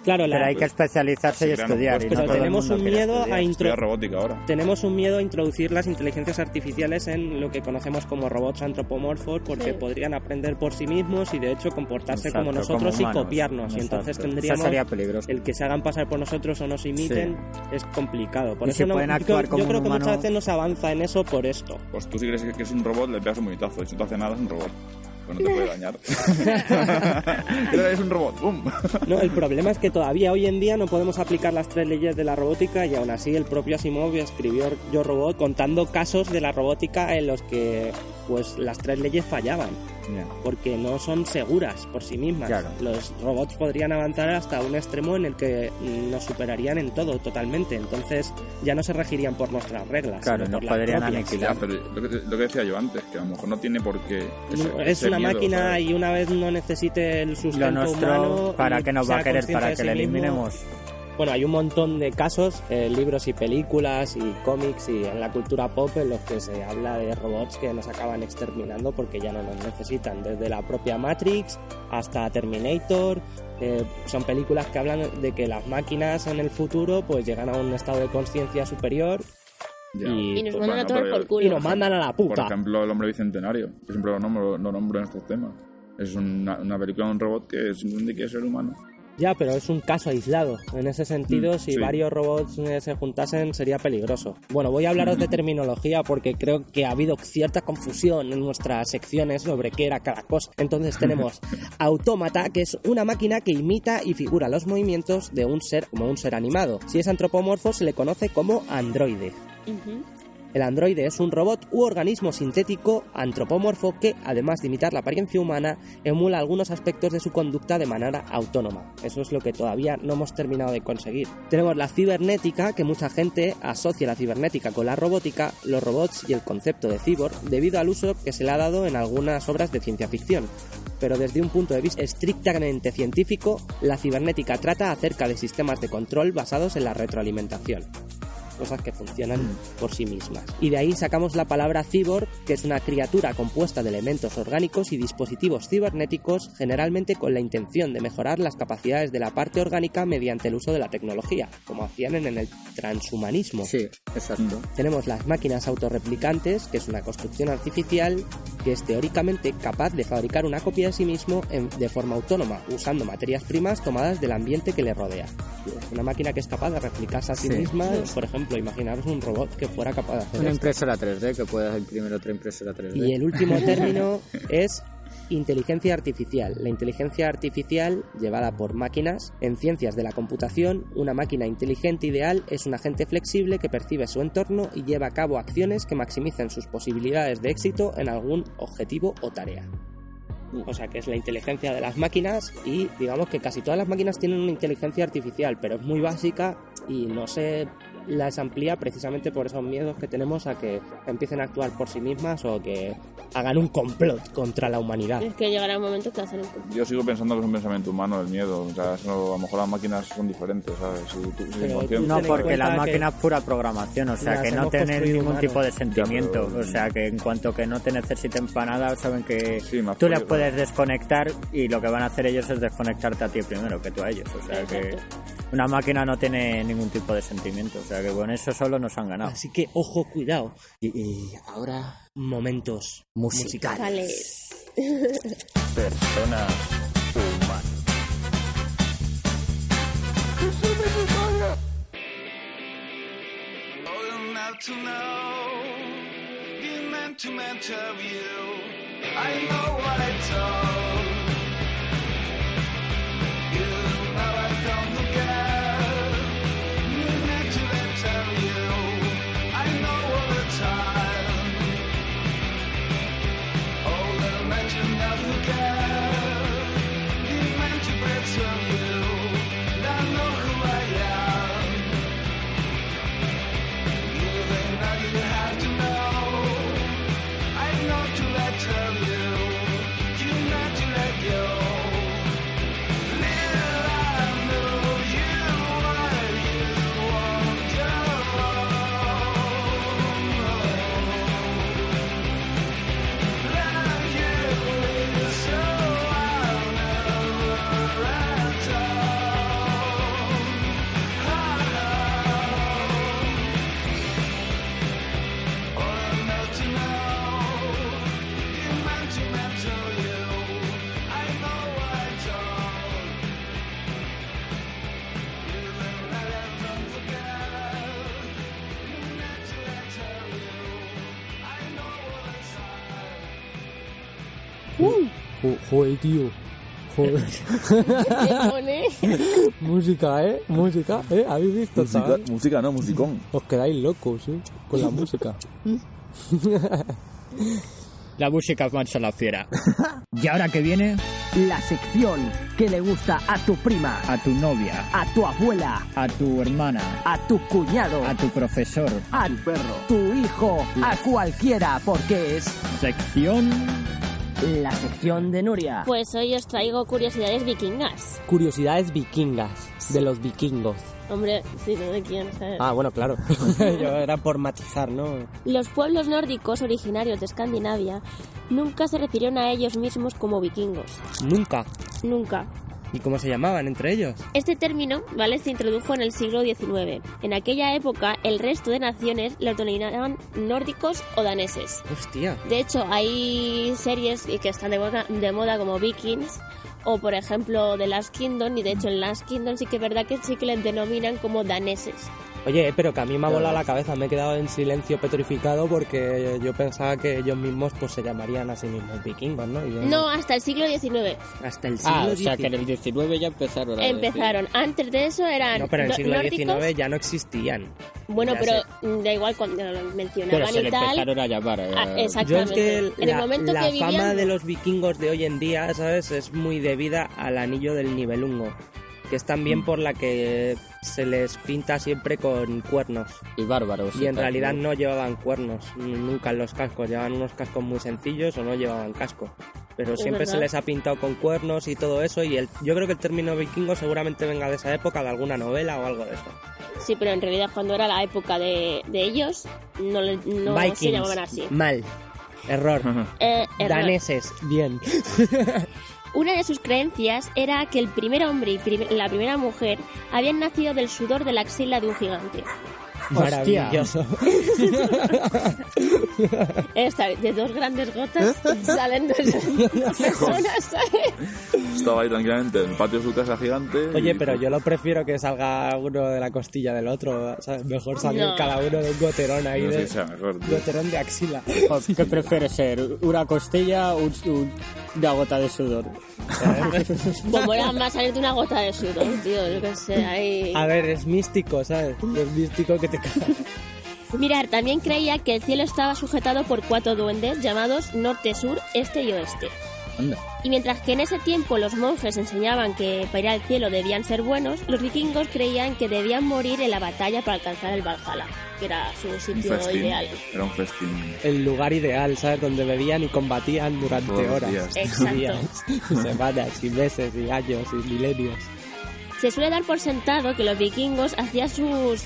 Claro, la- Pero hay que especializarse y Sí, claro, estudiar. pues, y pero no todo el tenemos mundo un quiere miedo estudiar. a Estudiar introducir robótica ahora. tenemos un miedo a introducir las inteligencias artificiales en lo que conocemos como robots antropomorfos porque Sí. podrían aprender por sí mismos y de hecho comportarse Exacto, como nosotros y humanos. copiarnos y Exacto. entonces Eso tendríamos sería peligroso. el que se hagan pasar por nosotros o nos imiten es complicado por Y eso si no- pueden yo- actuar yo, como un creo que muchas humano- veces no se avanza en eso por esto Pues tú si crees que es un robot, le pegas un puñetazo. Y si no te hace nada, es un robot. Pues no te puede dañar. es un robot, ¡bum! no el problema es que todavía hoy en día no podemos aplicar las tres leyes de la robótica y aún así el propio Asimov escribió Yo Robot contando casos de la robótica en los que pues las tres leyes fallaban Ya. porque no son seguras por sí mismas. Claro. Los robots podrían avanzar hasta un extremo en el que mm, nos superarían en todo totalmente, entonces ya no se regirían por nuestras reglas, Claro, nos sino por las podrían propias. aniquilar. Ya, pero lo que, lo que decía yo antes, que a lo mejor no tiene por qué. ese- No, Es ese una miedo, máquina ¿sabes? y una vez no necesite el Lo sustento humano nuestro, y ¿para qué nos va a sea querer? consciente ¿Para de que sí le mismo. eliminemos? Bueno, hay un montón de casos, eh, libros y películas y cómics y en la cultura pop en los que se habla de robots que nos acaban exterminando porque ya no nos necesitan, desde la propia Matrix hasta Terminator. eh, son películas que hablan de que las máquinas en el futuro pues llegan a un estado de conciencia superior Ya. y, Y nos Pues mandan a bueno, tomar pero- por y culo. nos mandan a la Por puta. ejemplo, El hombre bicentenario, que siempre lo nombro, lo nombro en estos temas. Es una, una película de un robot que simplemente quiere ser humano. Ya, pero es un caso aislado. En ese sentido, Mm, si sí. varios robots eh, se juntasen, sería peligroso. Bueno, voy a hablaros de terminología porque creo que ha habido cierta confusión en nuestras secciones sobre qué era cada cosa. Entonces tenemos autómata, que es una máquina que imita y figura los movimientos de un ser como un ser animado. Si es antropomorfo, se le conoce como androide. Ujú. El androide es un robot u organismo sintético antropomorfo que, además de imitar la apariencia humana, emula algunos aspectos de su conducta de manera autónoma. Eso es lo que todavía no hemos terminado de conseguir. Tenemos la cibernética, que mucha gente asocia la cibernética con la robótica, los robots y el concepto de cyborg, debido al uso que se le ha dado en algunas obras de ciencia ficción. Pero desde un punto de vista estrictamente científico, la cibernética trata acerca de sistemas de control basados en la retroalimentación cosas que funcionan por sí mismas. Y de ahí sacamos la palabra cyborg, que es una criatura compuesta de elementos orgánicos y dispositivos cibernéticos, generalmente con la intención de mejorar las capacidades de la parte orgánica mediante el uso de la tecnología, como hacían en el transhumanismo. Sí, exacto. Tenemos las máquinas autorreplicantes, que es una construcción artificial que es teóricamente capaz de fabricar una copia de sí mismo en- de forma autónoma, usando materias primas tomadas del ambiente que le rodea. Una máquina que es capaz de replicarse a sí, Sí. misma, por ejemplo, imaginaros un robot que fuera capaz de hacer Una esto. impresora 3D, que puedas imprimir otra impresora 3D. Y el último término es inteligencia artificial. La inteligencia artificial, llevada por máquinas, en ciencias de la computación, una máquina inteligente ideal es un agente flexible que percibe su entorno y lleva a cabo acciones que maximizan sus posibilidades de éxito en algún objetivo o tarea. O sea, que es la inteligencia de las máquinas y digamos que casi todas las máquinas tienen una inteligencia artificial, pero es muy básica y no se las amplía precisamente por esos miedos que tenemos a que empiecen a actuar por sí mismas o que hagan un complot contra la humanidad. Es que llegará un momento que hacen un culo. Yo sigo pensando que es un pensamiento humano el miedo. O sea, eso, a lo mejor las máquinas son diferentes, ¿sabes? Si tú- si pues, Pero consciente- ten No, en porque cuenta la que máquina es pura programación, o sea, las que no hemos tienen construido ningún humanos. tipo de sentimiento. pero- O sea, que en cuanto que no te necesiten para nada, saben que Sí, más tú les curioso. puedes desconectar y lo que van a hacer ellos es desconectarte a ti primero que tú a ellos. O sea, que una máquina no tiene ningún tipo de sentimiento. O sea, que con eso solo nos han ganado. Así que ojo, cuidado. Y, ahora, Momentos musical. Vale. Personas humanas. Imagine of the girl, the meant to break some you. Jo- Joder, tío. Joder. ¿Qué pone? música, ¿eh? Música, ¿eh? ¿Habéis visto? Música, chaval? música no, musicón. Os quedáis locos, ¿eh? Con la música. La música mancha la fiera. y ahora que viene, La sección que le gusta a tu prima, a tu novia, a tu abuela, a tu hermana, a tu cuñado, a tu profesor. a tu perro, tu hijo, a cualquiera, porque es Sección. la sección de Nuria. Pues hoy os traigo curiosidades vikingas. Curiosidades vikingas. De los vikingos. Hombre, si no de quién saber. Ah, bueno, claro. Yo era por matizar, ¿no? Los pueblos nórdicos originarios de Escandinavia nunca se refirieron a ellos mismos como vikingos. Nunca. Nunca. ¿Y cómo se llamaban entre ellos? Este término, ¿vale? Se introdujo en el siglo XIX. En aquella época, el resto de naciones los denominaban nórdicos o daneses. Hostia. De hecho, hay series que están de moda, de moda como Vikings o, por ejemplo, The Last Kingdom. Y de hecho, en Last Kingdom sí que es verdad que sí que les denominan como daneses. Oye, pero que a mí me ha volado la cabeza, me he quedado en silencio petrificado porque yo pensaba que ellos mismos pues se llamarían a sí mismos vikingos, ¿no? Y yo- No, hasta el siglo XIX Hasta el siglo Ah, o XIX. sea que en el 19 ya empezaron. empezaron. Antes de eso eran No, pero en el nó- siglo nórdicos. XIX ya no existían. Bueno, Ya pero mm, da igual cuando lo mencionaban y tal. a llamar. eh, Ah, Yo es exactamente. que el- en el la, momento la que fama vivían, de los vikingos de hoy en día, ¿sabes? Es muy debida al anillo del nivelungo, que es Mm. también por la que se les pinta siempre con cuernos. y bárbaros. Y eh, en tal, realidad no llevaban cuernos, n- nunca en los cascos, llevaban unos cascos muy sencillos o no llevaban casco. Pero Es siempre se verdad. les ha pintado con cuernos y todo eso, y el, yo creo que el término vikingo seguramente venga de esa época, de alguna novela o algo de eso. Sí, pero en realidad cuando era la época de, de ellos, no, le- no se llamaban así. mal, error. Eh, error. Daneses, bien. Una de sus creencias era que el primer hombre y prim- la primera mujer habían nacido del sudor de la axila de un gigante. Maravilloso. Esta, de dos grandes gotas salen dos personas, ¿sabes? Estaba ahí tranquilamente en el patio de su casa gigante. Oye, y- pero yo lo prefiero que salga uno de la costilla del otro, ¿sabes? Mejor salir No. cada uno de un goterón ahí, No sé de, si sea mejor, tío. goterón de axila. ¿O ¿Qué prefieres ser? ¿Una costilla o un, un- una gota de sudor? Como era más salir de una gota de sudor, tío, yo qué sé, ahí... A ver, es místico, ¿sabes? Es místico que te cagas. Mirar, también creía que el cielo estaba sujetado por cuatro duendes llamados norte, sur, este y oeste. Y mientras que en ese tiempo los monjes enseñaban que para ir al cielo debían ser buenos, los vikingos creían que debían morir en la batalla para alcanzar el Valhalla, que era su Un sitio festín. ideal. Era un festín. el lugar ideal, ¿sabes? Donde bebían y combatían durante Todos los horas, Eh. días. Exacto. días, y semanas, y meses, y años, y milenios. Se suele dar por sentado que los vikingos hacían sus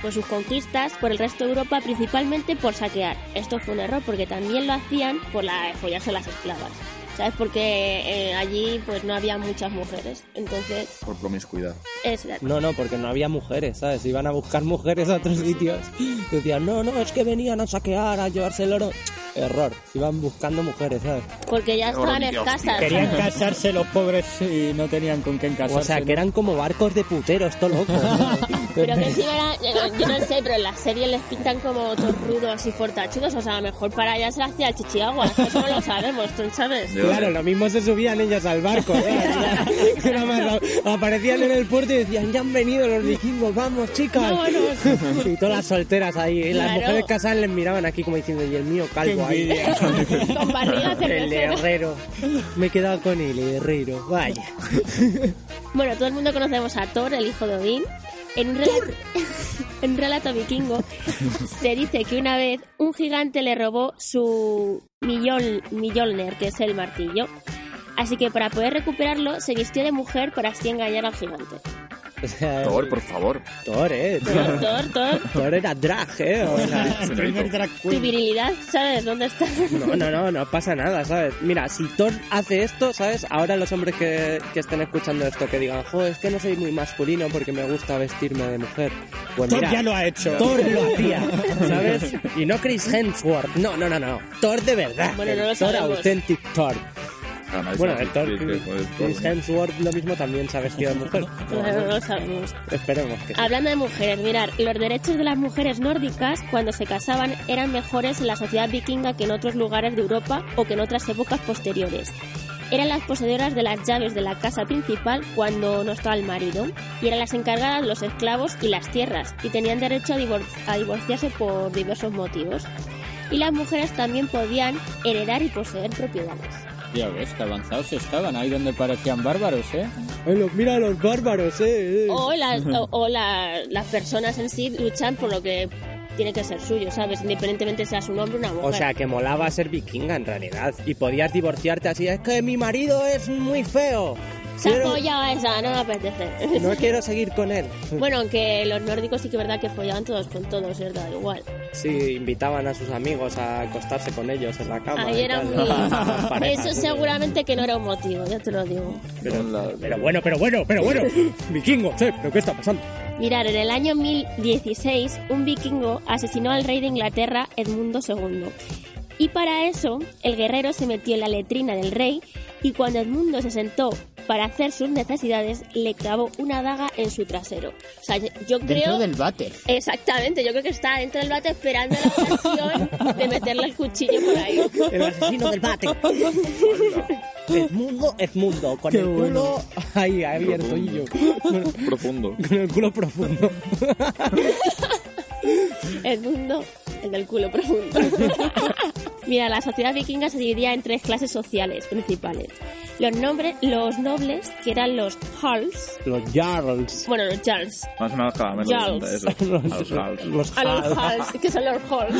pues sus conquistas por el resto de Europa principalmente por saquear. Esto fue un error porque también lo hacían por la follarse a las esclavas. ¿Sabes? Porque eh, allí pues no había muchas mujeres. Entonces, Por promiscuidad. es la- No, no, porque no había mujeres, ¿sabes? Iban a buscar mujeres a otros sitios. Y decían, no, no, es que venían a saquear, a llevarse el oro. Error, iban buscando mujeres, ¿sabes? porque ya estaban Ahora, Dios, escasas. Querían casarse los pobres y no tenían con quién casarse. O sea, que eran como barcos de puteros, todo loco. Pero que encima era, eh, yo no sé, pero en las series les pintan como todos rudos y fortachudos. O sea, a lo mejor para allá se las hacía el chichiagua. Eso no lo sabemos, tú sabes. Yo- Claro, lo mismo se subían ellas al barco. ¿sabes? Que nada más lo- aparecían en el puerto y decían, ya han venido los vikingos, vamos chicas. Y todas las solteras ahí. y Las Claro. mujeres casadas les miraban aquí como diciendo, y el mío calvo ahí. Con barriga El de cervecera. herrero. Me he quedado con el herrero. Vaya. Bueno, todo el mundo conocemos a Thor, el hijo de Odín. En un, relato, en un relato vikingo se dice que una vez un gigante le robó su Millol, Mjolnir, que es el martillo. Así que para poder recuperarlo se vistió de mujer para así engañar al gigante. O sea, Por favor, por favor. Thor, eh. Thor, Thor, Thor, Thor era drag, eh. O sea, Primer drag tu queen. virilidad, ¿sabes dónde está? No, no, no, no pasa nada, ¿sabes? Mira, si Thor hace esto, ¿sabes? Ahora los hombres que, que estén escuchando esto que digan, jo, es que no soy muy masculino porque me gusta vestirme de mujer. Pues Thor mira, ya lo ha hecho. Thor lo hacía, ¿sabes? Y no Chris Hemsworth, no, no, no, no. Thor de verdad. Bueno, no el lo Thor sabemos. Authentic Thor. Además, Bueno, es el Thor, que- que- que- Chris Hemsworth lo mismo también se ha vestido de mujer. Claro, no lo sabemos. Esperemos que sí. Hablando de mujeres, mirar, los derechos de las mujeres nórdicas cuando se casaban eran mejores en la sociedad vikinga que en otros lugares de Europa o que en otras épocas posteriores. eran las poseedoras de las llaves de la casa principal cuando no estaba el marido, y eran las encargadas de los esclavos y las tierras, y tenían derecho a, divor- a divorciarse por diversos motivos. Y las mujeres también podían heredar y poseer propiedades. Ya ves, que avanzados estaban, ahí donde parecían bárbaros, ¿eh? mira a los bárbaros, eh. O, las, o, o la- las personas en sí luchan por lo que tiene que ser suyo, ¿sabes? Independientemente seas un hombre o una mujer. O sea, que molaba ser vikinga en realidad. Y podías divorciarte así. Es que mi marido es muy feo. se ha Quiero- follado a esa, no me apetece. No quiero seguir con él. bueno, aunque los nórdicos sí que es verdad que follaban todos con todos, es da igual. Sí, invitaban a sus amigos a acostarse con ellos en la cama. Ahí y era tal. muy... Las parejas. Eso seguramente que no era un motivo, ya te lo digo. Pero, pero bueno, pero bueno, pero bueno. Vikingos, eh, ¿pero qué está pasando? Mirar, en el año 1016 un vikingo asesinó al rey de Inglaterra Edmundo II. Y para eso el guerrero se metió en la letrina del rey y cuando Edmundo se sentó para hacer sus necesidades le clavó una daga en su trasero. O sea, yo yo Dentro creo... del váter. Exactamente, yo creo que está dentro del bate esperando la ocasión de meterle el cuchillo por ahí. El asesino del bate. Edmundo, Edmundo, con el culo ahí abierto y yo. Con Profundo. el culo profundo. El mundo, el del culo profundo. Mira, la sociedad vikinga se dividía en tres clases sociales principales. Los, nombres, los nobles, que eran los Harls, Los Jarls. bueno, los Jarls, Más una vez me lo Jarls. eso. A los Jarls. Los a los Jarls. Harls, que son los Harls.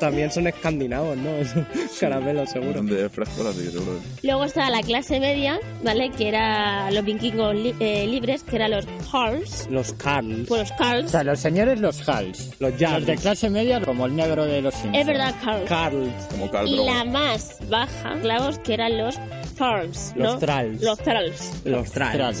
También son escandinavos, ¿no? Son Caramelos, seguro. De frescos, así que seguro. Luego está la clase media, ¿vale? Que era los vikingos li- eh, libres, que eran los Harls, Los Carls. pues los O Carls. sea, los señores los Hals. Los Los de Jarls. clase media como el negro de los Es Simpsons. verdad, Carls. Carls. Como Y Caldro. la más baja, clavos, que eran los Thralls, ¿no? Los Thralls. Los Thralls. Los Trals.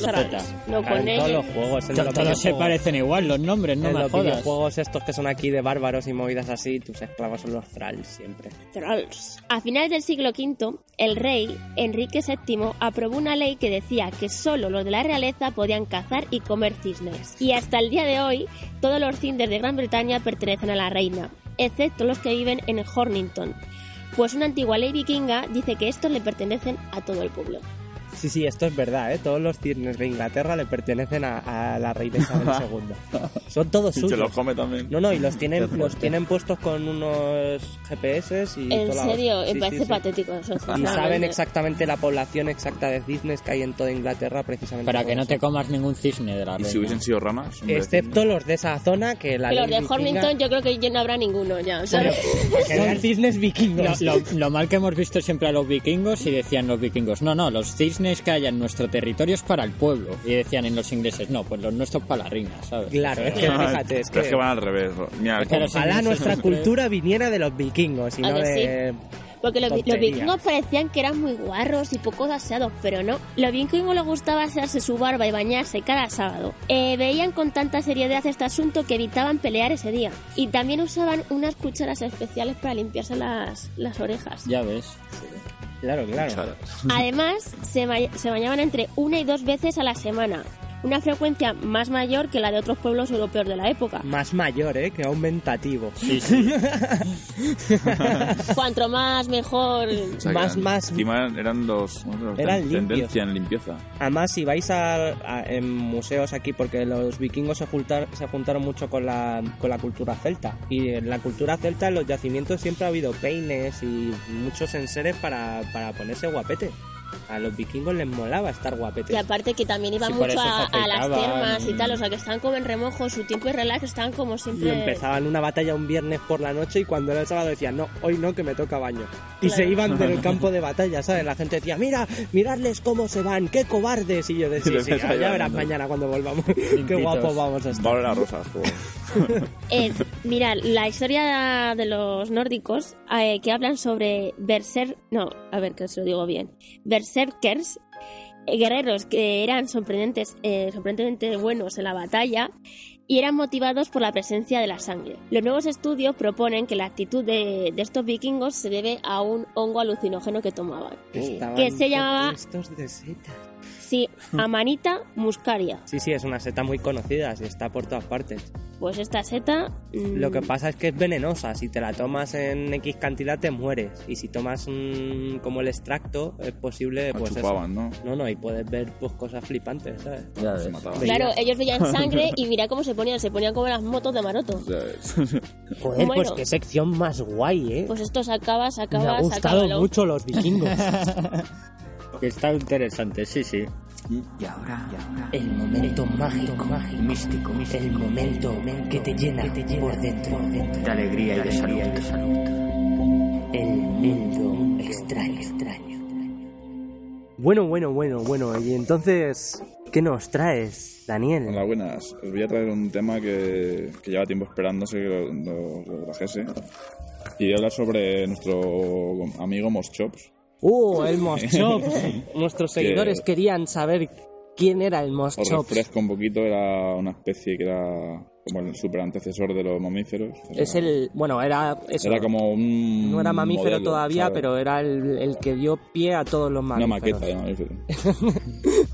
Trals. Thralls. No Claro, con en todos ellos. los juegos. En To- los Todos se videojuegos. parecen igual los nombres, no en me los jodas. videojuegos estos que son aquí de bárbaros y movidas así, tus esclavos son los Thralls siempre. Trolls. A finales del siglo V, el rey Enrique VII aprobó una ley que decía que solo los de la realeza podían cazar y comer cisnes. Y hasta el día de hoy, todos los cisnes de Gran Bretaña pertenecen a la reina, excepto los que viven en Hornington. Pues una antigua ley vikinga dice que estos le pertenecen a todo el pueblo. Sí, sí, esto es verdad, ¿eh? Todos los cisnes de Inglaterra le pertenecen a, a la reina Isabel II. Son todos Y se los suyos. come también. No, no, y los tienen, los tienen puestos con unos GPS y en toda la serio, hostia. me Sí, parece sí, sí. patético eso. Y saben sinceramente. exactamente la población exacta de cisnes que hay en toda Inglaterra, precisamente. Para por que no eso. te comas ningún cisne de la Y reina. si hubiesen sido ranas. hombre, Excepto los de esa zona que la. Que los ley de vikinga- Hornington yo creo que ya no habrá ninguno ya, ¿sabes? Que eran cisnes Lo, vikingos. lo- lo mal que hemos visto siempre a los vikingos y decían los vikingos, no, no, los cisnes que hay en nuestro territorio es para el pueblo. Y decían en los ingleses, no, pues los nuestros para la reina, ¿sabes? Claro, es que Ay, fíjate, es "Ah, pero que. que van al revés. Mira, Pero como- sí. Ojalá nuestra cultura viniera de los vikingos y ¿A no que de. Porque los, vi- los Tonterías. vikingos parecían que eran muy guarros y poco aseados, pero no. Los vikingos les gustaba hacerse su barba y bañarse cada sábado. Eh, veían con tanta seriedad este asunto que evitaban pelear ese día. Y también usaban unas cucharas especiales para limpiarse las, las orejas. Ya ves. Claro, claro. Cucharas. Además, se, ba- se bañaban entre una y dos veces a la semana. Una frecuencia más mayor que la de otros pueblos europeos de la época. Más mayor, ¿eh? Que aumentativo. Cuanto más, mejor. O sea, que Más- eran- más- Encima eran- eran los. bueno, los Eran ten- limpios. Tendencia en limpieza. Además, si vais a, a- en museos aquí, porque los vikingos se, juntar- se juntaron mucho con la, con la cultura celta. Y en la cultura celta, en los yacimientos siempre ha habido peines y muchos enseres para, para ponerse guapete. A los vikingos les molaba estar guapetes. Y aparte que también iban Sí, por mucho eso se a, a las afeitaban termas y y- tal, o sea que estaban como en remojo, su tiempo y relax estaban como Y siempre... empezaban una batalla un viernes por la noche y cuando era el sábado decían, no, hoy no, que me toca baño. Y se iban del campo de batalla, ¿sabes? La gente decía, mira, miradles cómo se van, qué cobardes. Y yo decía, Y sí, les sí, ya verás bailando. mañana cuando volvamos, qué guapos vamos a estar. Vale las rosas, pues. Eh, mirad, la historia de los nórdicos eh, que hablan sobre berser... No, a ver que os lo digo bien. Berserkers, eh, guerreros que eran sorprendentes, eh, sorprendentemente buenos en la batalla y eran motivados por la presencia de la sangre. Los nuevos estudios proponen que la actitud de, de estos vikingos se debe a un hongo alucinógeno que tomaban. Estaban que se llamaba- Estos de seta. Hmm. Sí, Amanita muscaria. Sí, sí, es una seta muy conocida, sí, está por todas partes. Pues esta seta. mm, Lo que pasa es que es venenosa. Si te la tomas en X cantidad, te mueres. Y si tomas un- como el extracto, es posible. La Pues eso. chupaban, ¿no? No, no, y puedes ver pues, cosas flipantes, ¿sabes? Ya ves. Se mataban. Veía. Claro, ellos veían sangre y mira cómo se ponían, se ponían como las motos de Maroto. Ya ves. Joder, pues Bueno. qué sección más guay, ¿eh? Pues esto sacaba, Me sacaba, ha gustado sacaba. mucho los vikingos. Está interesante, sí, sí. Y ahora, el momento mágico, místico, el momento que te llena, por dentro, de alegría y de salud. El mundo extraño, bueno, bueno, bueno, bueno. Y entonces, ¿qué nos traes, Daniel? Hola, buenas. Os voy a traer un tema que, que lleva tiempo esperándose que lo, lo- lo trajese. Y habla sobre nuestro amigo Moschops. ¡Uh, el Moschop! Nuestros seguidores querían saber quién era el Os Moschop. refresco un poquito, era una especie que era como el super antecesor de los mamíferos. Era- Es el. Bueno, era. eso, Era como un. no era mamífero modelo, todavía, ¿sabes? pero era el, el que dio pie a todos los Una mamíferos. maqueta ¿eh? de mamífero.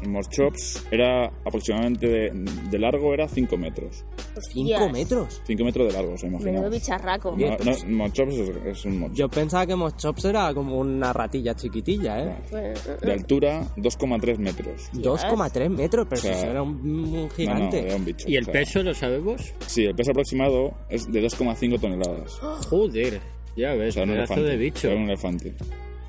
el Moschops era aproximadamente de, de largo, era 5 metros. ¿Cinco Hostias. metros? 5 metros de largo, se imagina. Menudo bicharraco. No, no, Moschops es, es un mocho. Yo pensaba que Moschops era como una ratilla chiquitilla, ¿eh? De altura, 2,3 metros. 2,3 metros, pero O sea, eso era un, un No, no, gigante. era un bicho. ¿Y el o sea, peso lo sabemos? Sí, el peso aproximado es de 2,5 toneladas. Joder, ya O ves, sea, un pedazo elefante. de bicho. Ah, Era un elefante.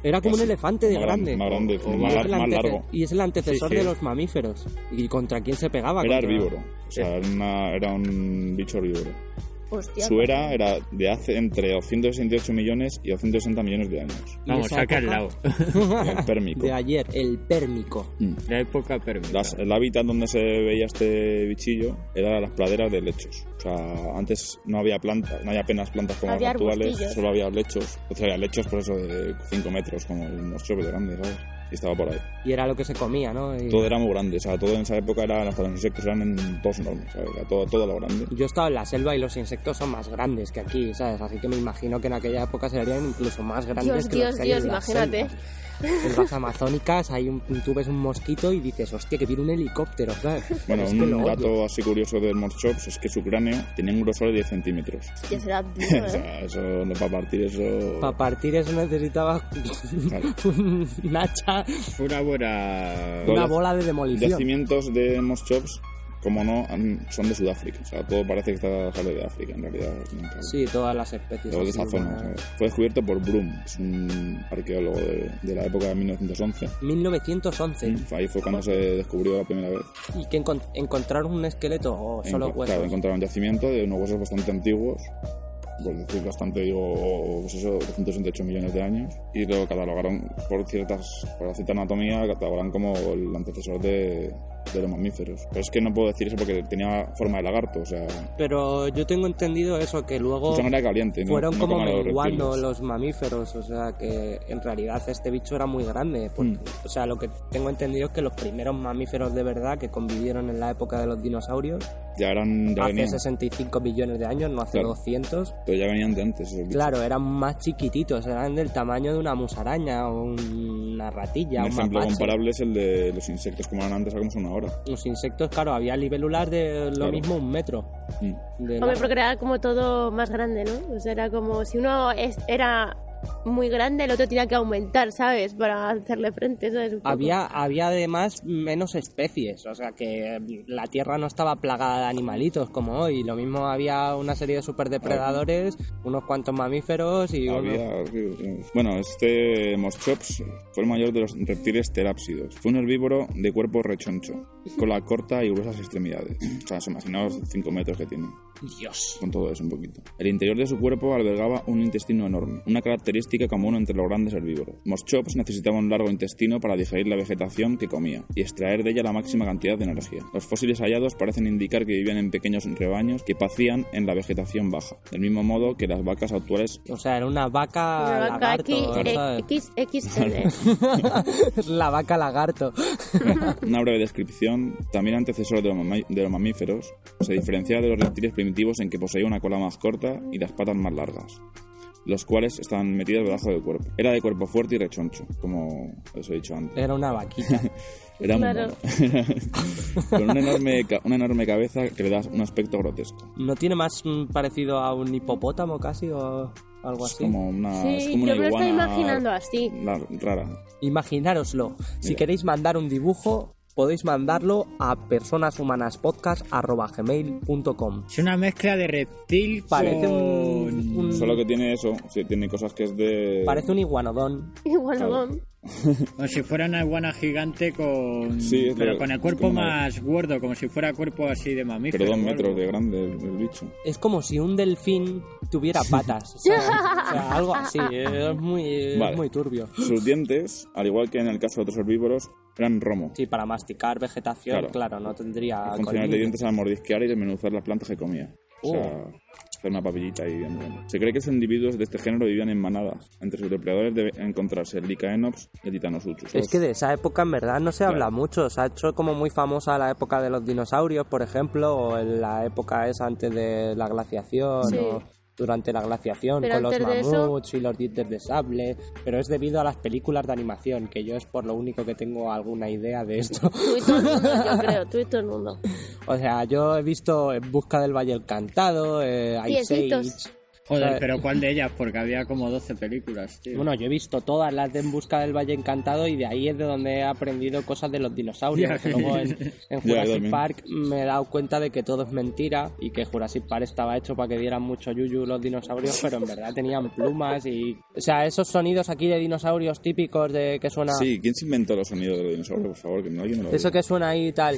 Era como un Casi. elefante de Más grande. Más grande, Y más, es el más antece- largo. Y es el antecesor Sí, sí. de los mamíferos. ¿Y contra quién se pegaba? Era Contra- herbívoro. O sea, era, una- era un bicho herbívoro. Hostia. Su era era de hace entre 268 millones y 260 millones de años. ¿Y Vamos, esa saca al época? lado. El pérmico. De ayer, el pérmico. Mm. La época permite. Las- el hábitat donde se veía este bichillo era las praderas de lechos. O sea, antes no había plantas, no había apenas plantas como Había las actuales, arbustillos. solo había lechos. O sea, había lechos por eso de 5 metros, como unos choques grandes, ¿sabes? Y estaba por ahí. Y era lo que se comía, ¿no? Y- Todo era muy grande, o sea, todo en esa época era, hasta los insectos eran en- todos enormes, ¿sabes? Era todo, todo lo grande. Yo he estado en la selva y los insectos son más grandes que aquí, ¿sabes? Así que me imagino que en aquella época serían incluso más grandes Dios, que los Dios, que hay en Dios, la imagínate. selva. En las amazónicas hay un, tú ves un mosquito y dices, hostia, que viene un helicóptero, ¿sabes? Bueno, Es que lo un odio. dato así curioso del Morchops es que su cráneo tenía un grosor de 10 centímetros. Hostia, será duro, O ¿eh? sea, eso no para partir, eso... Para partir eso necesitabas Claro. un hacha, Fue una buena... Todos una los bola de demolición. Yacimientos de Moschops, como no, han- son de Sudáfrica. O sea, todo parece que está sale de África, en realidad. Sí, todas las especies. Todo de así esa zona. humanas. ¿sabes? Fue descubierto por Broom, es un arqueólogo de, de la época de 1911. 1911. Ahí fue cuando se descubrió la primera vez. ¿Y que encon- encontraron un esqueleto o solo Enco- huesos? Claro, encontraron yacimiento de unos huesos bastante antiguos, por decir bastante, digo, pues eso, 268 millones de años, y lo catalogaron por ciertas, por la cierta anatomía, lo catalogaron como el antecesor de, de los mamíferos. Pero es que no puedo decir eso porque tenía forma de lagarto, o sea, Pero yo tengo entendido eso, que luego mucha manera caliente. ¿no? fueron No como los menguando reptiles. los mamíferos, o sea que en realidad este bicho era muy grande. porque- Hmm. O sea, lo que tengo entendido es que los primeros mamíferos de verdad que convivieron en la época de los dinosaurios, Ya eran, ya hace venían, 65 millones de años, no hace Claro. 200, pero ya venían de antes. esos bichos. claro, eran más chiquititos, eran del tamaño de una musaraña, una ratilla, Un un ejemplo mapache. comparable es el de los insectos, como eran antes, ahora como son ahora. Los insectos, claro, había libélulas de lo Claro. mismo un metro. Mm. de Hombre, largo. porque era como todo más grande, ¿no? O sea, era como si uno es- era muy grande, el otro tenía que aumentar, ¿sabes? Para hacerle frente, ¿sabes? Un poco. Había, había además menos especies, o sea que la tierra no estaba plagada de animalitos como hoy. Lo mismo había una serie de superdepredadores, unos cuantos mamíferos y unos- Había- eh, Bueno, este Moschops fue el mayor de los reptiles terápsidos. Fue un herbívoro de cuerpo rechoncho, cola corta y gruesas extremidades. O sea, se imaginaos 5 metros que tiene. Dios. Con todo eso un poquito. El interior de su cuerpo albergaba un intestino enorme, una característica común entre los grandes herbívoros. Moschops necesitaba un largo intestino para digerir la vegetación que comía y extraer de ella la máxima cantidad de energía. Los fósiles hallados parecen indicar que vivían en pequeños rebaños que pacían en la vegetación baja, del mismo modo que las vacas actuales O sea, era una vaca Una vaca lagarto, aquí, eh. ¿sabes? X, XL. la vaca lagarto. Una breve descripción, también antecesor de los, mamá- de los mamíferos, se diferenciaba de los reptiles primitivos en que poseía una cola más corta y las patas más largas. los cuales están metidos debajo del cuerpo. Era de cuerpo fuerte y rechoncho, como os he dicho antes. Era una vaquita. Era muy Claro. mono. Con una enorme, ca- una enorme cabeza que le da un aspecto grotesco. ¿No tiene más mm, parecido a un hipopótamo casi o algo Es así? como una, es Sí, como una yo me lo estoy iguana imaginando así. la- rara. Imaginároslo. Si Mira. queréis mandar un dibujo, podéis mandarlo a personashumanaspodcast.gmail.com Es una mezcla de reptil Parece con... un, un- Solo que tiene eso, sí, tiene cosas que es de... Parece un iguanodón. Igual no. Como si fuera una iguana gigante con... Sí, es pero de- con el es cuerpo como una- más gordo, como si fuera cuerpo así de mamífero. Pero dos o algo. metros de grande el, el bicho. Es como si un delfín tuviera patas. ¿sabes? O sea, algo así. Es muy, es Vale. muy turbio. Sus dientes, al igual que en el caso de otros herbívoros, eran romo. Sí, para masticar vegetación, claro, Claro. no tendría Funcionar de colmillo. dientes al mordisquear y desmenuzar las plantas que comía. O sea, Oh. hacer una papillita ahí bien buena. Se cree que los individuos de este género vivían en manadas. Entre sus depredadores debe encontrarse el Lycaenops y el Titanosuchus. Es que de esa época en verdad no se habla Claro. mucho. Se ha hecho como muy famosa la época de los dinosaurios, por ejemplo, o en la época esa antes de la glaciación, Sí. o durante la glaciación, Pero con los antes de eso- mamuts y los dientes de sable. Pero es debido a las películas de animación, que yo es por lo único que tengo alguna idea de esto. Tú y todo el mundo, yo creo, tú y todo el mundo. o sea, yo he visto En Busca del Valle Encantado, eh, Ice Piecitos. Age. Joder, Vale. pero ¿cuál de ellas? Porque había como 12 películas, tío. Bueno, yo he visto todas las de En Busca del Valle Encantado y de ahí es de donde he aprendido cosas de los dinosaurios. Ya. que luego en, en Ya, Jurassic también. Park me he dado cuenta de que todo es mentira y que Jurassic Park estaba hecho para que dieran mucho yuyu los dinosaurios, pero en verdad tenían plumas y... O sea, esos sonidos aquí de dinosaurios típicos de que suena... Sí, ¿quién se inventó los sonidos de los dinosaurios? Por favor, que no alguien me lo Eso diga. que suena ahí y tal.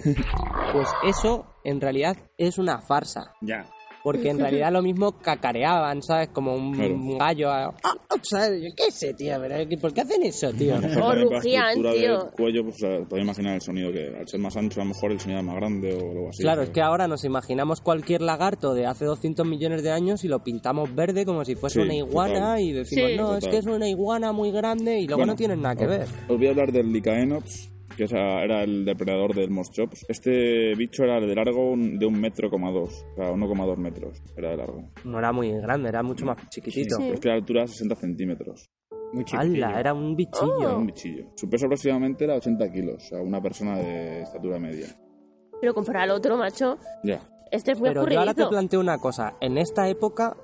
Pues eso, en realidad, es una farsa. Ya. Porque en realidad lo mismo cacareaban, ¿sabes? Como un Claro. gallo. ah, ah, ¿Sabes? Yo ¿Qué sé, tío? pero ¿Por qué hacen eso, tío? A lo mejor O también por la rugían, estructura tío. del cuello, pues o sea, podéis imaginar el sonido que al ser más ancho, a lo mejor el sonido es más grande o algo así. Claro, pero- es que ahora nos imaginamos cualquier lagarto de hace 200 millones de años y lo pintamos verde como si fuese Sí, una iguana total. y decimos, Sí. no, es Total. que es una iguana muy grande y luego Bueno, no tienen nada que os- ver. Os voy a hablar del Lycaenops, que o sea, era el depredador del Moschops. Este bicho era de largo un- de un metro coma dos, o sea, 1,2 metros era de largo. No era muy grande, era mucho más chiquitito. Pero es que la altura era 60 centímetros. Muy chiquitillo. ¡Hala! Era un bichillo. Era un bichillo. Su peso aproximadamente era 80 kilos, o sea, una persona de estatura media. Pero comparar al otro, macho, Ya. este es muy Pero yo ahora te ocurrido. planteo una cosa. En esta época,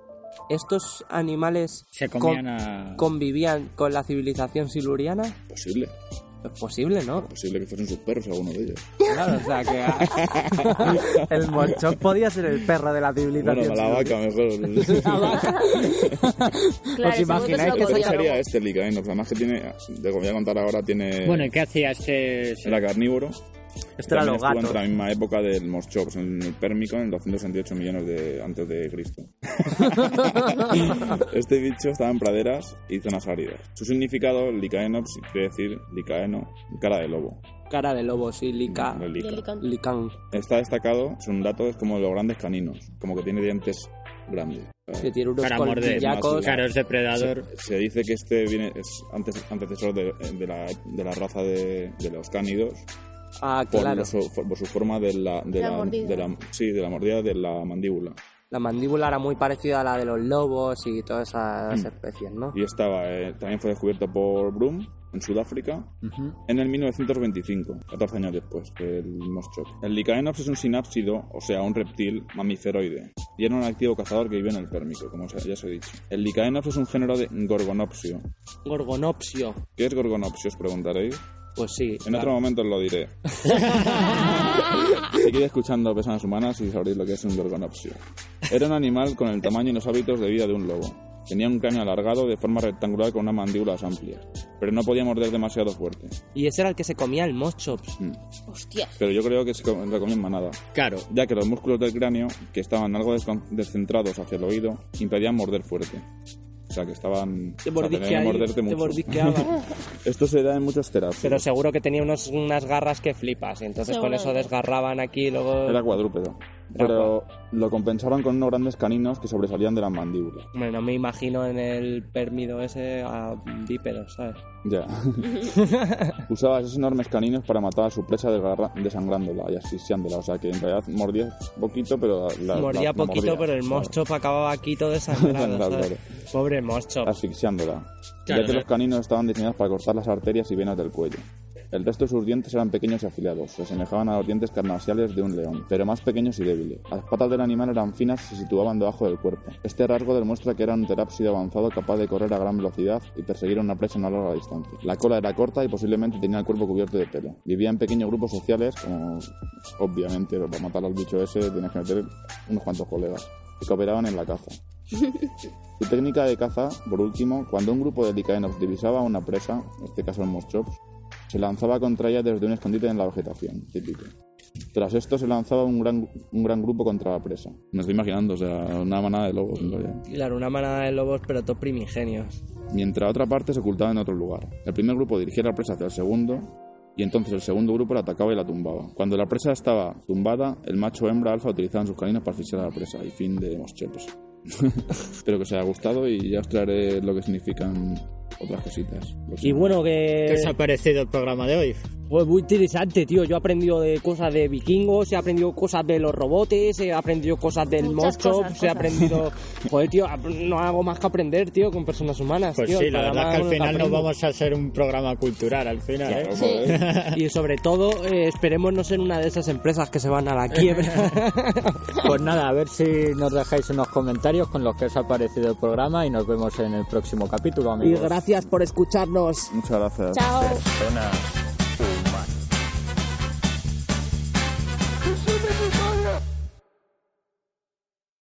estos animales Se con- comían a... convivían con la civilización siluriana. Posible. Es posible, ¿no? Posible que fuesen sus perros alguno de ellos. Claro, o sea que el monchón podía ser el perro de la civilización. Bueno, la vaca mejor. Claro, ¿Os seguro imagináis se lo que ¿Qué comieron. sería este Lycaenops? Además que tiene, te voy a contar ahora, tiene... Bueno, ¿y qué hacía este...? era carnívoro. Esto era También los estuvo gatos. entre la misma época del Moschops, en el Pérmico, en 268 millones de, antes de Cristo. este bicho estaba en praderas y zonas áridas. Su significado, Lycaenops, quiere decir licaeno, cara de lobo. Cara de lobo, sí, lica. No, lica. Y el licón. Licán. Está destacado, son datos como los grandes caninos, como que tiene dientes grandes. Que tiene unos Para morder. colmillacos. Claro, es depredador. Se dice que este viene, es antes, antecesor de, de la, de la raza de, de los cánidos Ah, por, claro. su, por su forma de la, de La la- mordida. de la- sí, de la mordida de la mandíbula. La mandíbula era muy parecida a la de los lobos y todas esas especies, ¿no? y estaba eh, también fue descubierto por Broom en Sudáfrica en el 1925, 14 años después que el Moschop. El Lycaenops es un sinápsido, o sea, un reptil mamiferoide, y era un activo cazador que vive en el Pérmico, como se- ya os he dicho. El Lycaenops es un género de Gorgonopsio. Gorgonopsio. ¿Qué es Gorgonopsio? Os preguntaréis. Pues sí. En otro momento os lo diré. Seguid escuchando Personas Humanas y sabréis lo que es un gorgonopsio. Era un animal con el tamaño y los hábitos de vida de un lobo. Tenía un cráneo alargado de forma rectangular con unas mandíbulas amplias, pero no podía morder demasiado fuerte. Y ese era el que se comía el Moschops. Mm. Hostia. Pero yo creo que se co- lo comía en manada, Claro. ya que los músculos del cráneo, que estaban algo descon- descentrados hacia el oído, impedían morder fuerte. O sea, que estaban... Te o sea, tenían que mordisqueaba. morderte Te mucho. mordisqueaba. Esto se da en muchos terápias. Pero seguro que tenía unos, unas garras que flipas. y Entonces con Seguro. eso desgarraban aquí y luego... Era cuadrúpedo. Pero lo compensaron con unos grandes caninos que sobresalían de las mandíbulas. Hombre, no me imagino en el pérmido ese a bípedos, ¿sabes? Ya. Usaba esos enormes caninos para matar a su presa desgarra- desangrándola y asfixiándola. O sea que en realidad mordía poquito, pero la. la- mordía la poquito, mordía, pero el claro. Moschop acababa aquí todo desangrado, Claro, ¿sabes? claro. Pobre Moschop. asfixiándola, Claro, ya que claro. los caninos estaban diseñados para cortar las arterias y venas del cuello. El resto de sus dientes eran pequeños y afilados, se asemejaban a los dientes carnaciales de un león, pero más pequeños y débiles. Las patas del animal eran finas y se situaban debajo del cuerpo. Este rasgo demuestra que era un terápsido avanzado capaz de correr a gran velocidad y perseguir a una presa a una larga distancia. La cola era corta y posiblemente tenía el cuerpo cubierto de pelo. Vivía en pequeños grupos sociales, como obviamente para matar al bicho ese tienes que meter unos cuantos colegas, que cooperaban en la caza. Su técnica de caza, por último, cuando un grupo de licaenos divisaba a una presa, en este caso el moschops, se lanzaba contra ella desde un escondite en la vegetación, típico. Tras esto se lanzaba un gran, un gran grupo contra la presa. Me estoy imaginando, o sea, una manada de lobos. en realidad. Claro, una manada de lobos, pero todos primigenios. Mientras otra parte se ocultaba en otro lugar. El primer grupo dirigía la presa hacia el segundo y entonces el segundo grupo la atacaba y la tumbaba. Cuando la presa estaba tumbada, el macho o hembra alfa utilizaban sus caninos para asfixiar a la presa y fin de moschops. Espero que os haya gustado y ya os traeré lo que significan otras cositas. Y bueno, que... ¿Qué os ha parecido el programa de hoy? Pues muy interesante, tío. Yo he aprendido de cosas de vikingos, he aprendido cosas de los robotes, he aprendido cosas del Muchas mocho, pues cosas, he cosas. aprendido... Joder, tío, ap- no hago más que aprender, tío, con personas humanas, Pues tío. sí, El la verdad programa es que al uno final nos aprende. vamos a hacer un programa cultural al final, ¿eh? Y sobre todo, eh, esperemos no ser una de esas empresas que se van a la quiebra. Pues nada, a ver si nos dejáis unos comentarios con los que os ha parecido el programa y nos vemos en el próximo capítulo, y amigos. gracias por escucharnos. Muchas gracias. Chao. Personas.